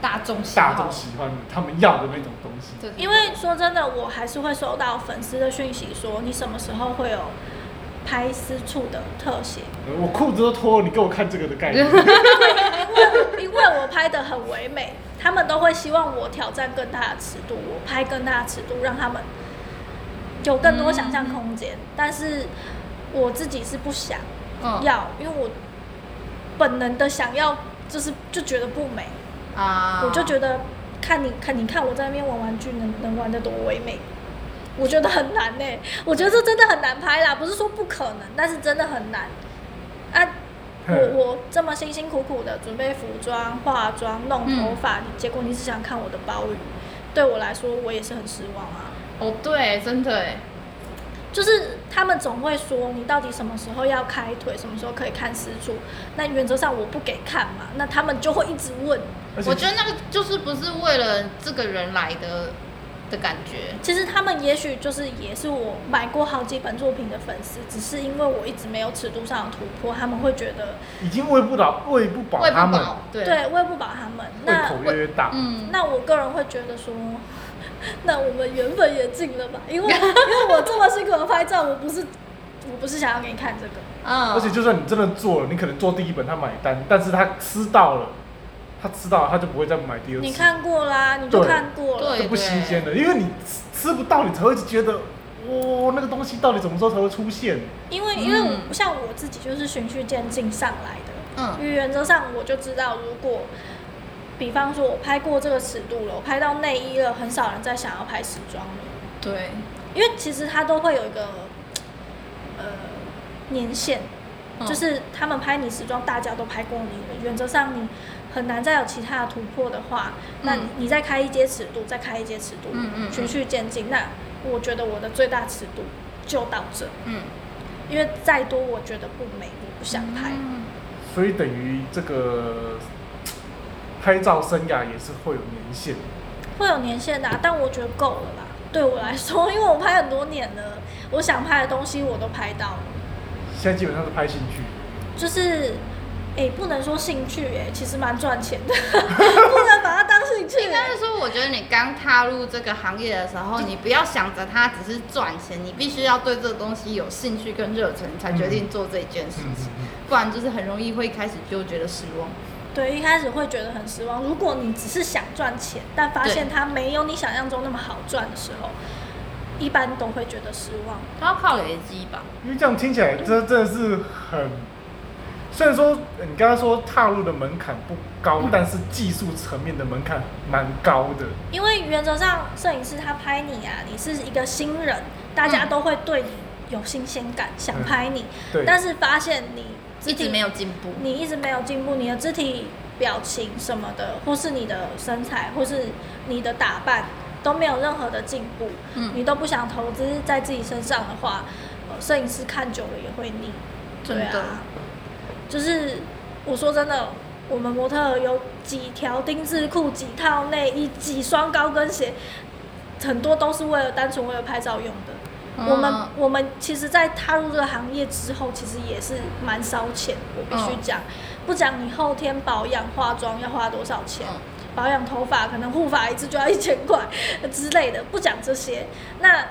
Speaker 4: 大众喜
Speaker 2: 大
Speaker 4: 好
Speaker 2: 众喜欢的他们要的那种东西。
Speaker 4: 对对对
Speaker 3: 因为说真的，我还是会收到粉丝的讯息说你什么时候会有拍私处的特写，
Speaker 2: 呃我裤子都脱了，你给我看这个的概念。
Speaker 3: 因为 [LAUGHS] 因为我拍的很唯美，他们都会希望我挑战更大的尺度，我拍更大的尺度，让他们有更多想象空间，但是我自己是不想。
Speaker 4: 嗯
Speaker 3: 要，因为我本能的想要，就是就觉得不美，
Speaker 4: 啊，
Speaker 3: 我就觉得看你看你看我在那边玩玩具能能玩得多唯美，我觉得很难呢、我觉得这真的很难拍啦，不是说不可能，但是真的很难。啊，我
Speaker 2: 嗯
Speaker 3: 我这么辛辛苦苦的准备服装、化妆、弄头发，你结果你只想看我的包鱼，对我来说我也是很失望啊。
Speaker 4: 哦，对，真的哎，
Speaker 3: 就是他们总会说你到底什么时候要开腿，什么时候可以看私处。那原则上我不给看嘛，那他们就会一直问。
Speaker 2: 而且
Speaker 5: 我觉得那个就是不是为了这个人来的的感觉，
Speaker 3: 其实他们也许就是也是我买过好几本作品的粉丝，只是因为我一直没有尺度上的突破，他们会觉得
Speaker 2: 已经喂不饱，喂不饱
Speaker 5: 喂
Speaker 2: 他
Speaker 5: 不
Speaker 2: 们，
Speaker 5: 饱，对，
Speaker 3: 对喂不饱他们。
Speaker 2: 胃
Speaker 3: 那
Speaker 2: 口越来越大。
Speaker 5: 嗯，
Speaker 3: 那我个人会觉得说，那我们缘分也尽了吧，因为因为我这么辛苦的拍照，我不是我不是想要给你看这个。
Speaker 5: 嗯，
Speaker 2: 而且就算你真的做了，你可能做第一本他买单，但是他吃到了，他吃到了他就不会再买第二次。
Speaker 3: 你看过啦，你就
Speaker 2: 对
Speaker 3: 看过了。
Speaker 5: 对
Speaker 2: 就不新鲜的，因为你吃吃不到，你才会一直觉得，哇，那个东西到底什么时候才会出现？
Speaker 3: 因为因为我
Speaker 5: 嗯
Speaker 3: 像我自己就是循序渐进上来的，
Speaker 5: 嗯
Speaker 3: 因为原则上我就知道，如果比方说我拍过这个尺度了，我拍到内衣了，很少人再想要拍时装了，
Speaker 4: 对，
Speaker 3: 因为其实它都会有一个呃年限，
Speaker 4: 嗯
Speaker 3: 就是他们拍你时装，大家都拍过你了，原则上你很难再有其他的突破的话，那
Speaker 4: 嗯
Speaker 3: 你再开一阶尺度，再开一阶尺度，
Speaker 4: 嗯嗯嗯
Speaker 3: 循序渐进。那我觉得我的最大尺度就到这，
Speaker 4: 嗯，
Speaker 3: 因为再多我觉得不美，我不想拍。
Speaker 4: 嗯
Speaker 2: 所以等于这个拍照生涯也是会有年限的。
Speaker 3: 会有年限的啊、但我觉得够了啦。对我来说，因为我拍很多年了，我想拍的东西我都拍到了。
Speaker 2: 现在基本上是拍兴趣，
Speaker 3: 就是，哎、不能说兴趣、哎，其实蛮赚钱的， [LAUGHS] 不能把它当兴趣、
Speaker 4: 应该是说，我觉得你刚踏入这个行业的时候，你不要想着它只是赚钱，你必须要对这个东西有兴趣跟热忱，你才决定做这件事
Speaker 3: 嗯
Speaker 2: 嗯
Speaker 4: 情，不然就是很容易会开始就觉得失望。
Speaker 3: 对，一开始会觉得很失望。如果你只是想赚钱，但发现它没有你想象中那么好赚的时候，一般都会觉得失望。
Speaker 4: 它要靠累积吧，
Speaker 3: 嗯
Speaker 2: 因为这样听起来这真的是很，虽然说呃你刚刚说踏入的门槛不高，
Speaker 3: 嗯
Speaker 2: 但是技术层面的门槛蛮高的。
Speaker 3: 因为原则上，摄影师他拍你啊，你是一个新人，大家
Speaker 4: 嗯
Speaker 3: 都会对你有新鲜感，想
Speaker 2: 嗯
Speaker 3: 拍你，
Speaker 2: 对，
Speaker 3: 但是发现你
Speaker 4: 一直
Speaker 3: 定
Speaker 4: 没有进步。
Speaker 3: 你一直没有进步，你的肢体表情什么的，或是你的身材，或是你的打扮，都没有任何的进步，
Speaker 4: 嗯
Speaker 3: 你都不想投资在自己身上的话，呃，摄影师看久了也会腻。
Speaker 4: 真
Speaker 3: 对
Speaker 4: 的
Speaker 3: 啊，就是我说真的，我们模特儿有几条丁字裤、几套内衣、几双高跟鞋，很多都是为了单纯为了拍照用的。
Speaker 4: 嗯
Speaker 3: 我们我们其实，在踏入这个行业之后，其实也是蛮烧钱，我必须讲。不讲你后天保养、化妆要花多少钱，
Speaker 4: 嗯
Speaker 3: 保养头发可能护发一次就要一千块 [LAUGHS] 之类的，不讲这些。那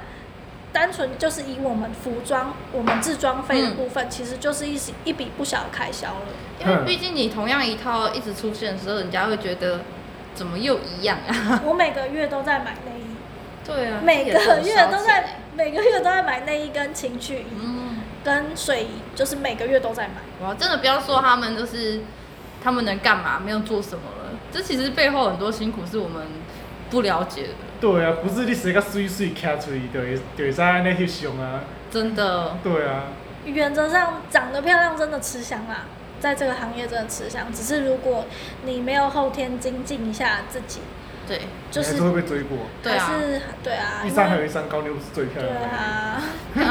Speaker 3: 单纯就是以我们服装、我们制装费的
Speaker 4: 嗯
Speaker 3: 部分，其实就是一一笔不小的开销了。
Speaker 4: 因为毕竟你同样一套一直出现的时候，人家会觉得怎么又一样啊？ [LAUGHS]
Speaker 3: 我每个月都在买内衣，
Speaker 4: 对啊
Speaker 3: 每个月都在
Speaker 4: 在。
Speaker 3: 每个月都在买内衣跟情趣衣
Speaker 4: 欸嗯，
Speaker 3: 跟睡衣，就是每个月都在买。
Speaker 4: 我真的不要说他们就是他们能干嘛，没有做什么了。这其实背后很多辛苦是我们不了解的，
Speaker 2: 对啊，不是你谁个水水卡出去，对对在那些熊啊，
Speaker 4: 真的。
Speaker 2: 对啊，
Speaker 3: 原则上长得漂亮真的吃香啦，在这个行业真的吃香。只是如果你没有后天精进一下自己，
Speaker 4: 对，
Speaker 3: 就
Speaker 2: 你还
Speaker 3: 是
Speaker 2: 是会被追过。
Speaker 4: 对
Speaker 3: 还
Speaker 4: 啊
Speaker 3: 是对啊，
Speaker 2: 一
Speaker 3: 因
Speaker 2: 山还有
Speaker 3: 为
Speaker 2: 一山高，你又不是最漂
Speaker 3: 对
Speaker 2: 亮的那个。
Speaker 3: 啊，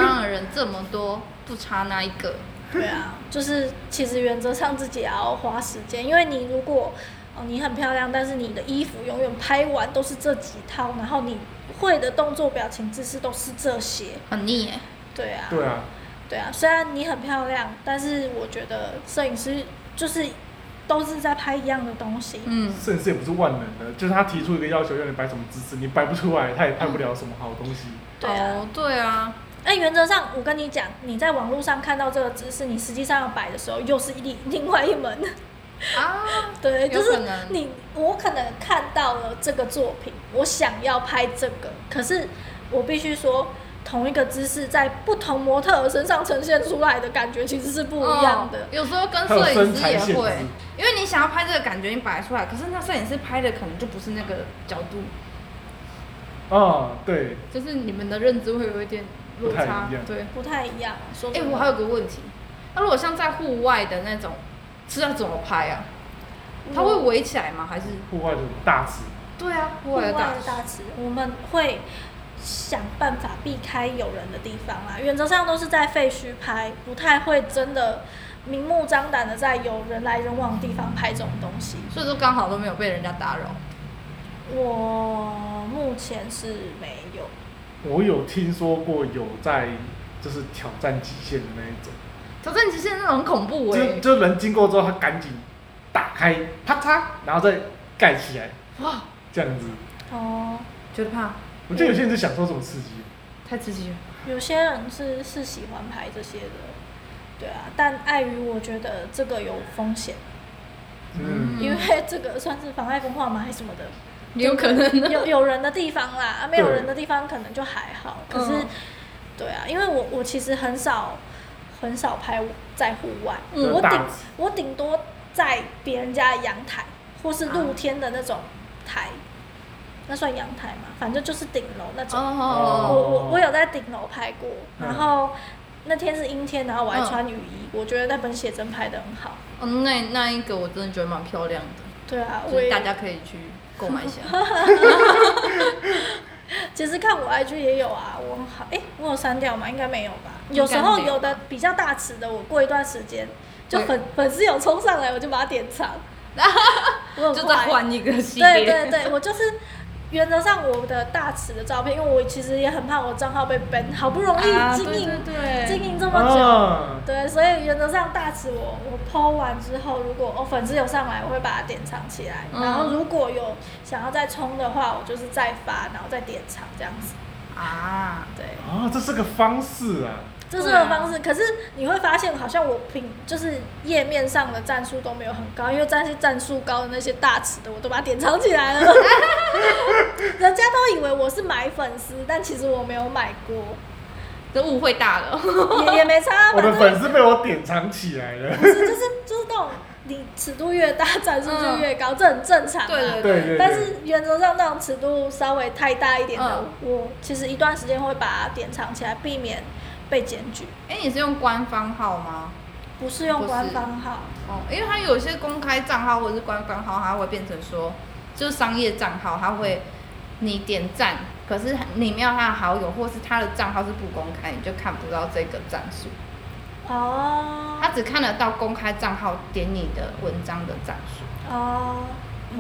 Speaker 4: 当然人这么多，不差那一个。
Speaker 3: 对啊，就是其实原则上自己也要花时间，因为你如果哦你很漂亮，但是你的衣服永远拍完都是这几套，然后你会的动作、表情、姿势都是这些，
Speaker 4: 很腻耶，
Speaker 3: 对啊，
Speaker 2: 对啊，
Speaker 3: 对啊，虽然你很漂亮，但是我觉得摄影师就是都是在拍一样的东西，
Speaker 4: 嗯，
Speaker 2: 甚至也不是万能的，就是他提出一个要求，要你摆什么姿势，你摆不出来，他也拍不了什么好东西。
Speaker 3: 对啊。
Speaker 4: 哦，对啊，
Speaker 3: 那原则上，我跟你讲，你在网络上看到这个姿势，你实际上要摆的时候，又是另另外一门。
Speaker 4: 啊，
Speaker 3: 对，就
Speaker 4: 有可
Speaker 3: 是
Speaker 4: 能
Speaker 3: 你，我可能看到了这个作品，我想要拍这个，可是我必须说，同一个姿势在不同模特儿身上呈现出来的感觉其实是不一样的
Speaker 4: 哦。有时候跟
Speaker 2: 还有
Speaker 4: 摄
Speaker 2: 身
Speaker 4: 影
Speaker 2: 材
Speaker 4: 师也
Speaker 2: 限制
Speaker 4: 会，因为你想要拍这个感觉，你摆出来，可是那摄影师拍的可能就不是那个角度，
Speaker 2: 哦，对，
Speaker 4: 就是你们的认知会有一点落
Speaker 2: 不太
Speaker 4: 差
Speaker 2: 一样。
Speaker 4: 对，
Speaker 3: 不太一样，说
Speaker 4: 哎、
Speaker 3: 真的
Speaker 4: 我还有个问题，那、如果像在户外的那种，是要怎么拍啊？
Speaker 3: 嗯
Speaker 4: 它会围起来吗？还是？
Speaker 2: 户外的大尺，
Speaker 4: 对啊，户
Speaker 3: 户外
Speaker 4: 外
Speaker 3: 的
Speaker 4: 的大
Speaker 3: 大池，我们会想办法避开有人的地方啦。原则上都是在废墟拍，不太会真的明目张胆的在有人来人往的地方拍这种东西。
Speaker 4: 所以说刚好都没有被人家打扰。
Speaker 3: 我目前是没有，
Speaker 2: 我有听说过有在就是挑战极限的那一种，
Speaker 4: 挑战极限那种很恐怖哎、
Speaker 2: 就就人经过之后，他赶紧打开，啪嚓，然后再盖起来，
Speaker 4: 哇，
Speaker 2: 这样子。
Speaker 3: 哦，
Speaker 4: 觉得怕，
Speaker 2: 我觉得有些人就享受这种刺激，
Speaker 4: 太刺激了。
Speaker 3: 有些人是是喜欢拍这些的，对啊，但碍于我觉得这个有风险，
Speaker 2: 嗯，
Speaker 3: 因为这个算是妨碍风化吗还是什么的，
Speaker 4: 也有可能
Speaker 3: [LAUGHS]
Speaker 4: 呢。 [LAUGHS]
Speaker 3: 有有人的地方啦，啊没有
Speaker 2: 对
Speaker 3: 人的地方可能就还好。可是，
Speaker 4: 嗯
Speaker 3: 对啊，因为我我其实很少很少拍在户外，
Speaker 2: 嗯
Speaker 3: 我
Speaker 2: 大
Speaker 3: 顶我顶多在别人家的阳台或是露
Speaker 4: 啊
Speaker 3: 天的那种台，那算阳台嘛，反正就是顶楼那种。
Speaker 4: 哦
Speaker 3: 我我我有在顶楼拍过，
Speaker 2: 嗯
Speaker 3: 然后那天是阴天，然后我还穿雨衣，我觉得那本写真拍的很好。
Speaker 4: 嗯，那那一个我真的觉得蛮漂亮的，
Speaker 3: 对啊，
Speaker 4: 就
Speaker 3: 我
Speaker 4: 是
Speaker 3: 也
Speaker 4: 大家可以去购买一下。
Speaker 3: 其实看我 IG 也有啊，我很好，哎、我有删掉吗？应该没有吧。有时候有的比较大尺的，我过一段时间就粉粉丝有冲上来，我就把它典藏。我很
Speaker 4: 就
Speaker 3: 坏
Speaker 4: 再换一个系
Speaker 3: 对
Speaker 4: 列。
Speaker 3: 对对，我就是原则上我的大尺的照片，因为我其实也很怕我账号被 ban，好不容易
Speaker 6: 啊，对
Speaker 3: 经营、
Speaker 6: 对对，
Speaker 3: 经营这么久，
Speaker 2: 啊，
Speaker 3: 对，所以原则上大尺我我 PO 完之后，如果我、哦、粉丝有上来，我会把它典藏起来，
Speaker 4: 嗯
Speaker 3: 然后如果有想要再冲的话，我就是再发，然后再典藏这样子。
Speaker 4: 啊，
Speaker 3: 对，
Speaker 2: 啊，这是个方式啊，
Speaker 3: 这是个方式。可是你会发现，好像我平就是页面上的战术都没有很高，因为那些战术高的那些大尺的，我都把它典藏起来了。人家都以为我是买粉丝，但其实我没有买过，
Speaker 4: 这误会大了。 [LAUGHS]
Speaker 3: 也也没
Speaker 2: [LAUGHS]
Speaker 3: 差。
Speaker 2: 我的
Speaker 3: 反正
Speaker 2: 粉丝被我典藏起来了。
Speaker 3: 不是，就是就是那种你尺度越大，战术就越高，这很正常、啊。
Speaker 4: 嗯对对
Speaker 2: [LAUGHS] 对对，
Speaker 3: 但是原则上那种尺度稍微太大一点的，
Speaker 4: 嗯
Speaker 3: 我其实一段时间会把它典藏起来，避免被检举。
Speaker 4: 哎、你是用官方号吗？
Speaker 3: 不是用
Speaker 4: 不是
Speaker 3: 官方号，
Speaker 4: 哦，因为它有些公开账号或者是官方号，它会变成说，就是商业账号，它会你点赞，可是你没有他的好友，或是他的账号是不公开，你就看不到这个赞数，
Speaker 3: 哦
Speaker 4: 他只看得到公开账号点你的文章的赞数，
Speaker 3: 哦，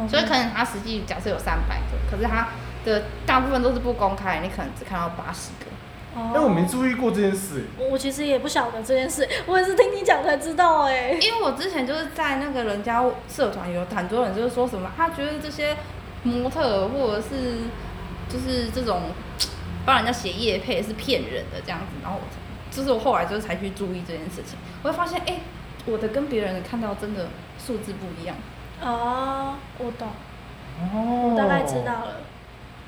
Speaker 4: 所以可能他实际假设有三百个，可是他的大部分都是不公开，你可能只看到八十个。
Speaker 3: 哦
Speaker 2: 哎，我没注意过这件事，欸
Speaker 3: 我我其实也不晓得这件事，我也是听你讲才知道哎、
Speaker 4: 因为我之前就是在那个人家社团有很多人就是说什么，他觉得这些模特或者是就是这种帮人家写业配是骗人的这样子，然后我才就是我后来就是才去注意这件事情，我会发现哎、诶我的跟别人看到真的数字不一样，
Speaker 3: 哦，我懂，
Speaker 2: 哦，
Speaker 3: 大概知道了。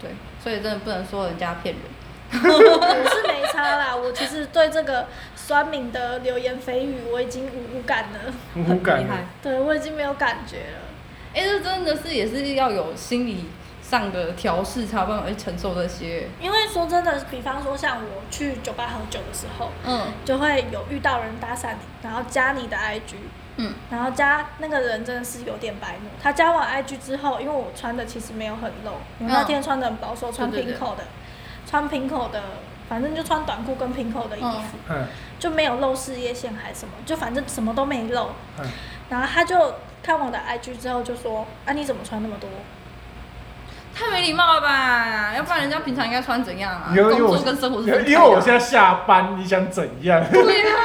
Speaker 4: 对，所以真的不能说人家骗人。哦
Speaker 3: 我是没差啦，我其实对这个酸敏的流言蜚语我已经无无感了，
Speaker 2: 无无感欸
Speaker 6: 厉害
Speaker 2: 了，
Speaker 3: 对我已经没有感觉了。
Speaker 4: 哎、这真的是也是要有心理上的调试才有办法去哎承受这些，
Speaker 3: 因为说真的，比方说像我去酒吧喝酒的时候，
Speaker 4: 嗯
Speaker 3: 就会有遇到人搭讪你，然后加你的 IG，
Speaker 4: 嗯，
Speaker 3: 然后加那个人真的是有点白目。他加完 IG 之后，因为我穿的其实没有很露，我那天穿的很保守，穿
Speaker 4: 对对
Speaker 3: 平
Speaker 4: 对
Speaker 3: 口的，穿平口的，反正就穿短裤跟平口的衣服，
Speaker 4: 嗯
Speaker 2: 嗯
Speaker 3: 就没有露事业线还是什么，就反正什么都没露。
Speaker 2: 嗯，
Speaker 3: 然后他就看我的 IG 之后就说：“啊，你怎么穿那么多？”
Speaker 4: 太没礼貌了吧？要不然人家平常应该穿怎样啊？
Speaker 2: 因为因为
Speaker 4: 工
Speaker 2: 我
Speaker 4: 作跟生活是
Speaker 2: 因
Speaker 4: 分
Speaker 2: 为
Speaker 4: 开的
Speaker 2: 因为我现在下班，你想怎样？
Speaker 4: 对啊，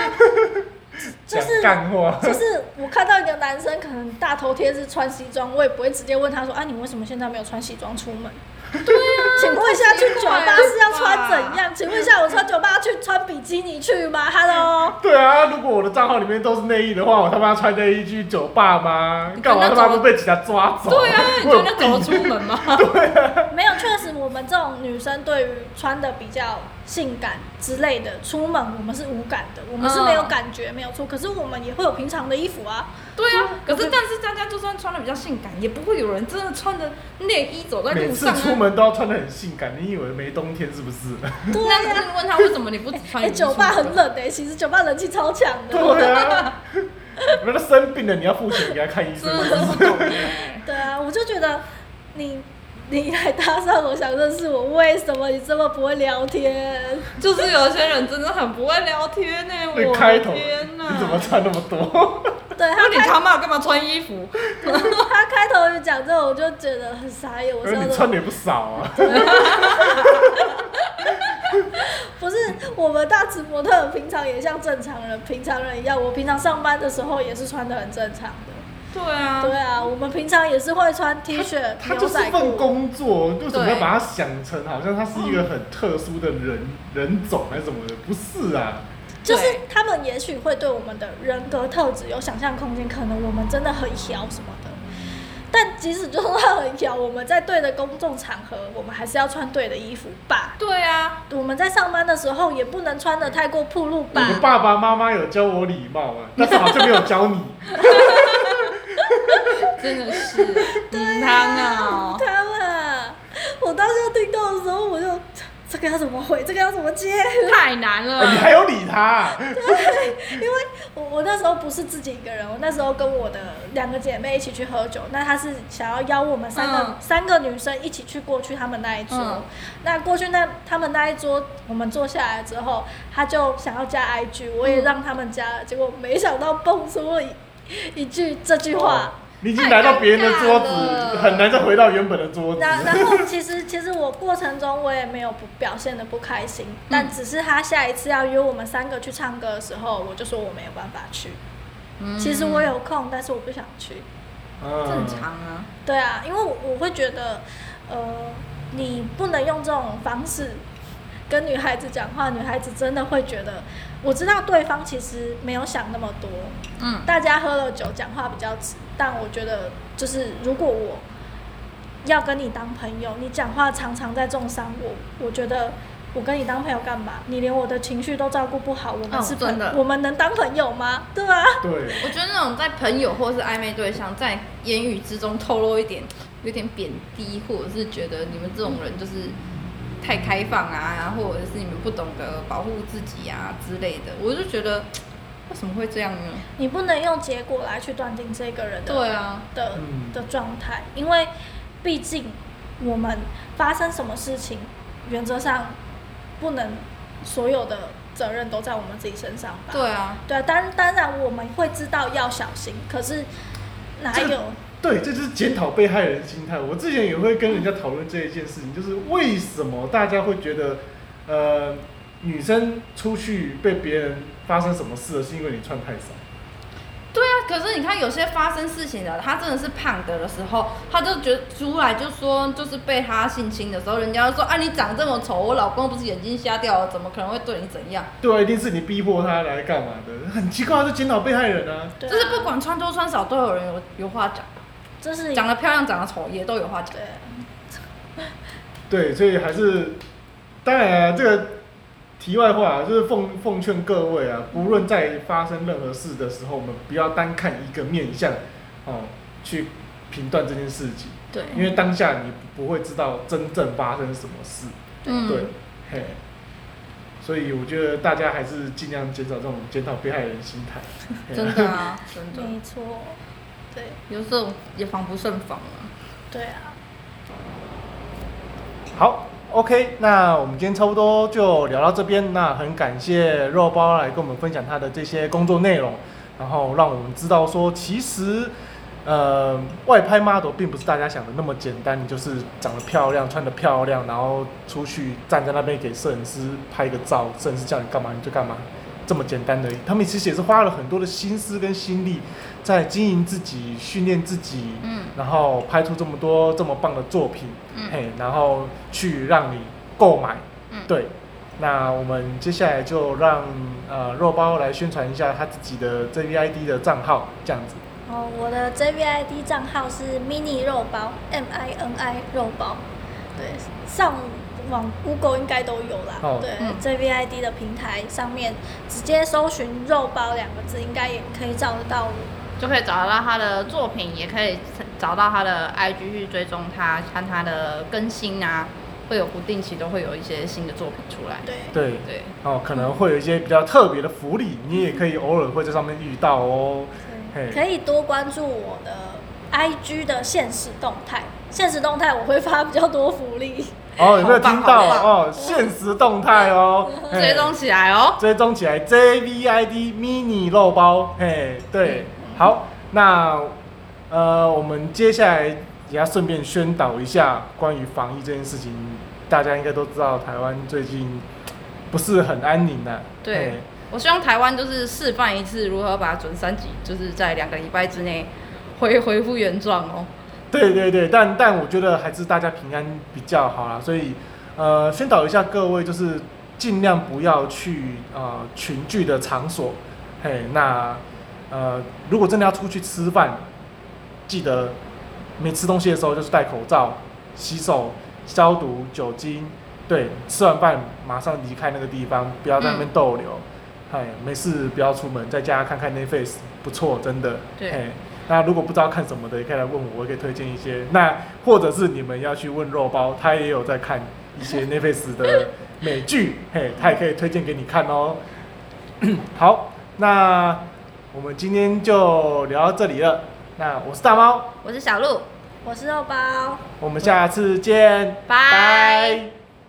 Speaker 3: 就
Speaker 2: 讲
Speaker 3: 是
Speaker 2: 干话，
Speaker 3: 就是我看到一个男生可能大头贴是穿西装，我也不会直接问他说啊，你为什么现在没有穿西装出门？对啊，请问一下，去酒吧是要穿怎样？请问一下，我穿酒吧去穿比基尼去吗？Hello，
Speaker 2: 对啊，如果我的账号里面都是内衣的话，我他妈穿内衣去酒吧吗？干嘛
Speaker 4: 那
Speaker 2: 他
Speaker 4: 种
Speaker 2: 妈不被警察抓走？ [LAUGHS]
Speaker 4: 对啊，你
Speaker 2: 我有
Speaker 4: 觉得怎么
Speaker 2: 病。
Speaker 4: 出门吗？
Speaker 2: [LAUGHS]
Speaker 3: 没有，确实我们这种女生对于穿的比较性感之类的，出门我们是无感的，我们是没有感觉，没有错。可是我们也会有平常的衣服啊，
Speaker 4: 对啊，可是但是大家就算穿的比较性感，也不会有人真的穿着内衣走在
Speaker 2: 每
Speaker 4: 路
Speaker 2: 次
Speaker 4: 上
Speaker 2: 出
Speaker 4: 啊。
Speaker 2: 门都要穿的很性感，你以为没冬天是不是？
Speaker 3: 对
Speaker 4: 那
Speaker 3: 呀、
Speaker 4: 那你问他为什么你不只
Speaker 3: [LAUGHS] 哎、
Speaker 4: 穿衣服？
Speaker 3: 酒吧很。冷哎、其实酒吧冷气超强
Speaker 2: [LAUGHS]
Speaker 3: 的。
Speaker 2: 对啊，那他生病了你要付钱给他看医生
Speaker 4: 真
Speaker 2: 是
Speaker 4: 的
Speaker 2: 不
Speaker 4: 是
Speaker 2: 是。
Speaker 4: 不懂哎
Speaker 3: 对啊，我就觉得你你来搭讪我想认识我，为什么你这么不会聊天？
Speaker 4: 就是有些人真的很不会聊天呢、我
Speaker 2: 那
Speaker 4: 的
Speaker 2: 哎开头
Speaker 4: 天哪！
Speaker 2: 你怎么穿那么多？
Speaker 3: 对他
Speaker 4: 那你
Speaker 3: 开
Speaker 4: 他妈干嘛穿衣服？
Speaker 3: [LAUGHS] 他开头就讲这种，我就觉得很傻眼。我
Speaker 2: 我
Speaker 3: 知
Speaker 2: 说
Speaker 3: 道
Speaker 2: 你
Speaker 3: 怎
Speaker 2: 穿
Speaker 3: 么
Speaker 2: 的也不少啊。
Speaker 3: 不是我们大直模特平常也像正常人、平常人一样，我平常上班的时候也是穿的很正常的。
Speaker 4: 对啊，
Speaker 3: 对啊，我们平常也是会穿 T 恤、
Speaker 2: [LAUGHS] 他就
Speaker 3: 牛
Speaker 2: 是
Speaker 3: 仔
Speaker 2: 份
Speaker 3: 裤。
Speaker 2: 工作，为什么要把它想成好像他是一个很特殊的人人种还是什么的？不是啊，
Speaker 3: 就是
Speaker 4: 对
Speaker 3: 他们也许会对我们的人格特质有想象空间，可能我们真的很小什么的。但即使就是很小，我们在对的公众场合，我们还是要穿对的衣服吧。
Speaker 4: 对啊，
Speaker 3: 我们在上班的时候也不能穿的太过暴露
Speaker 2: 我
Speaker 3: 吧。
Speaker 2: 的爸爸妈妈有教我礼貌啊，但是好像没有教你。
Speaker 4: 真的
Speaker 3: [LAUGHS]
Speaker 4: 是，嗯，他呢？
Speaker 3: 他们啊，我当时听到的时候，我就这个要怎么回，这个要怎么接？
Speaker 4: 太难
Speaker 2: 哎你
Speaker 4: 了。
Speaker 2: 还有理他啊、
Speaker 3: 我我那时候不是自己一个人，我那时候跟我的两个姐妹一起去喝酒，那她是想要邀我们三个、
Speaker 4: 嗯
Speaker 3: 三个女生一起去过去他们那一桌。
Speaker 4: 嗯
Speaker 3: 那过去那他们那一桌，我们坐下来之后，她就想要加 IG，我
Speaker 4: 嗯
Speaker 3: 也让他们加了，结果没想到蹦出一一句这句话。
Speaker 2: 哦你已经来到别人的桌
Speaker 4: 太尴尬
Speaker 2: 子，
Speaker 4: 了
Speaker 2: 很难再回到原本的
Speaker 4: 哦
Speaker 2: 桌子。
Speaker 3: 然然后其实其实我过程中我也没有不表现的不开心，
Speaker 4: 嗯
Speaker 3: 但只是他下一次要约我们三个去唱歌的时候，我就说我没有办法去。其实我有空，但是我不想去。
Speaker 2: 嗯
Speaker 4: 嗯正常啊，
Speaker 3: 对啊，因为我我会觉得，呃，你不能用这种方式跟女孩子讲话，女孩子真的会觉得，我知道对方其实没有想那么多，
Speaker 4: 嗯，
Speaker 3: 大家喝了酒讲话比较直，但我觉得就是如果我要跟你当朋友，你讲话常常在重伤我，我觉得。我跟你当朋友干嘛？你连我的情绪都照顾不好，我
Speaker 4: 哦
Speaker 3: 们是朋、
Speaker 4: 真的
Speaker 3: 我们能当朋友吗？对啊吧、
Speaker 2: 对，
Speaker 4: 我觉得那种在朋友或是暧昧对象在言语之中透露一点，有点贬低，或者是觉得你们这种人就是太开放啊，然后或者是你们不懂得保护自己啊之类的，我就觉得为什么会这样呢？
Speaker 3: 你不能用结果来去断定这个人的
Speaker 4: 对啊，
Speaker 3: 的
Speaker 2: 嗯
Speaker 3: 的状态，因为毕竟我们发生什么事情，原则上不能所有的责任都在我们自己身上吧？
Speaker 4: 对啊，
Speaker 3: 对啊，当当然我们会知道要小心，可是哪
Speaker 2: 这个
Speaker 3: 有？
Speaker 2: 对，这就是检讨被害人心态。我之前也会跟人家讨论这一件事情，就是为什么大家会觉得，呃，女生出去被别人发生什么事了，是因为你穿太少。
Speaker 4: 对啊。可是你看，有些发生事情的，他真的是胖的的时候，他就觉得出来就说，就是被他性侵的时候，人家就说啊，你长这么丑，我老公不是眼睛瞎掉了，怎么可能会对你怎样？
Speaker 2: 对啊，一定是你逼迫他来干嘛的，很奇怪，就检讨被害人啊。
Speaker 3: 对啊
Speaker 4: 就是不管穿多穿少，都有人有有话讲，
Speaker 3: 这是一
Speaker 4: 长得漂亮长得丑也都有话讲。
Speaker 3: 对，
Speaker 2: 对，所以还是，当然、啊、这个题外话、啊、就是奉奉劝各位啊，不论在发生任何事的时候，我们不要单看一个面相哦去评断这件事情。
Speaker 4: 对，
Speaker 2: 因为当下你不会知道真正发生什么事，
Speaker 4: 嗯
Speaker 2: 对，嘿，所以我觉得大家还是尽量减少这种检讨被害人心态，嘿啊
Speaker 4: 真的啊， [LAUGHS] 真的，
Speaker 3: 没错，对
Speaker 4: 有时候也防不胜防了。
Speaker 3: 对啊，
Speaker 2: 好，OK，那我们今天差不多就聊到这边。那很感谢肉包来跟我们分享他的这些工作内容，然后让我们知道说，其实呃，外拍 model 并不是大家想的那么简单，你就是长得漂亮、穿得漂亮，然后出去站在那边给摄影师拍个照，摄影师叫你干嘛你就干嘛。这么简单而已，他们其实也是花了很多的心思跟心力，在经营自己、训练自己，
Speaker 4: 嗯
Speaker 2: 然后拍出这么多这么棒的作品，
Speaker 4: 嗯，
Speaker 2: 嘿，然后去让你购买。
Speaker 4: 嗯
Speaker 2: 对，那我们接下来就让呃肉包来宣传一下他自己的 JVID 的账号，这样子。
Speaker 4: 哎
Speaker 3: 然后哦我的 JVID 账号是 mini 肉包 M I N I 肉包，对，上网 Google 应该都有啦。
Speaker 2: 哦
Speaker 3: 对、
Speaker 4: 嗯
Speaker 3: JVID 的平台上面直接搜寻“肉包”两个字，应该也可以找得到我。
Speaker 4: 就可以找到他的作品，也可以找到他的 IG 去追踪他，看他的更新啊，会有不定期都会有一些新的作品出来。
Speaker 3: 对，
Speaker 2: 对，
Speaker 4: 对，
Speaker 2: 哦，可能会有一些比较特别的福利，你也可以偶尔会在上面遇到哦。嘿，
Speaker 3: 可以多关注我的 IG 的现实动态，现实动态我会发比较多福利。
Speaker 2: 哦，有没有
Speaker 4: 好棒
Speaker 2: 听到
Speaker 4: 好
Speaker 2: 哦？限时动态哦，嘿
Speaker 4: 追踪起来哦。
Speaker 2: 追踪起来 JVID mini 肉包，嘿，对，好，那呃，我们接下来也要顺便宣导一下关于防疫这件事情。大家应该都知道，台湾最近不是很安宁的、
Speaker 4: 对
Speaker 2: 嘿
Speaker 4: 我希望台湾就是示范一次如何把准三级，就是在两个礼拜之内恢恢复原状哦。
Speaker 2: 对对对，但但我觉得还是大家平安比较好啦，所以呃，宣导一下各位，就是尽量不要去呃群聚的场所，嘿，那呃，如果真的要出去吃饭，记得没吃东西的时候就是戴口罩、洗手、消毒、酒精，对，吃完饭马上离开那个地方，不要在那边逗留，哎、没事不要出门，在家看看 Netflix，不错，真的，
Speaker 4: 对
Speaker 2: 嘿那如果不知道看什么的，也可以来问我，我也可以推荐一些。那或者是你们要去问肉包，他也有在看一些 Netflix 的美剧，嘿，他也可以推荐给你看哦。 [CLEARS THROAT] 好，那我们今天就聊到这里了。那我是大猫，
Speaker 5: 我是小鹿，
Speaker 3: 我是肉包。
Speaker 2: 我们下次见，
Speaker 5: 拜。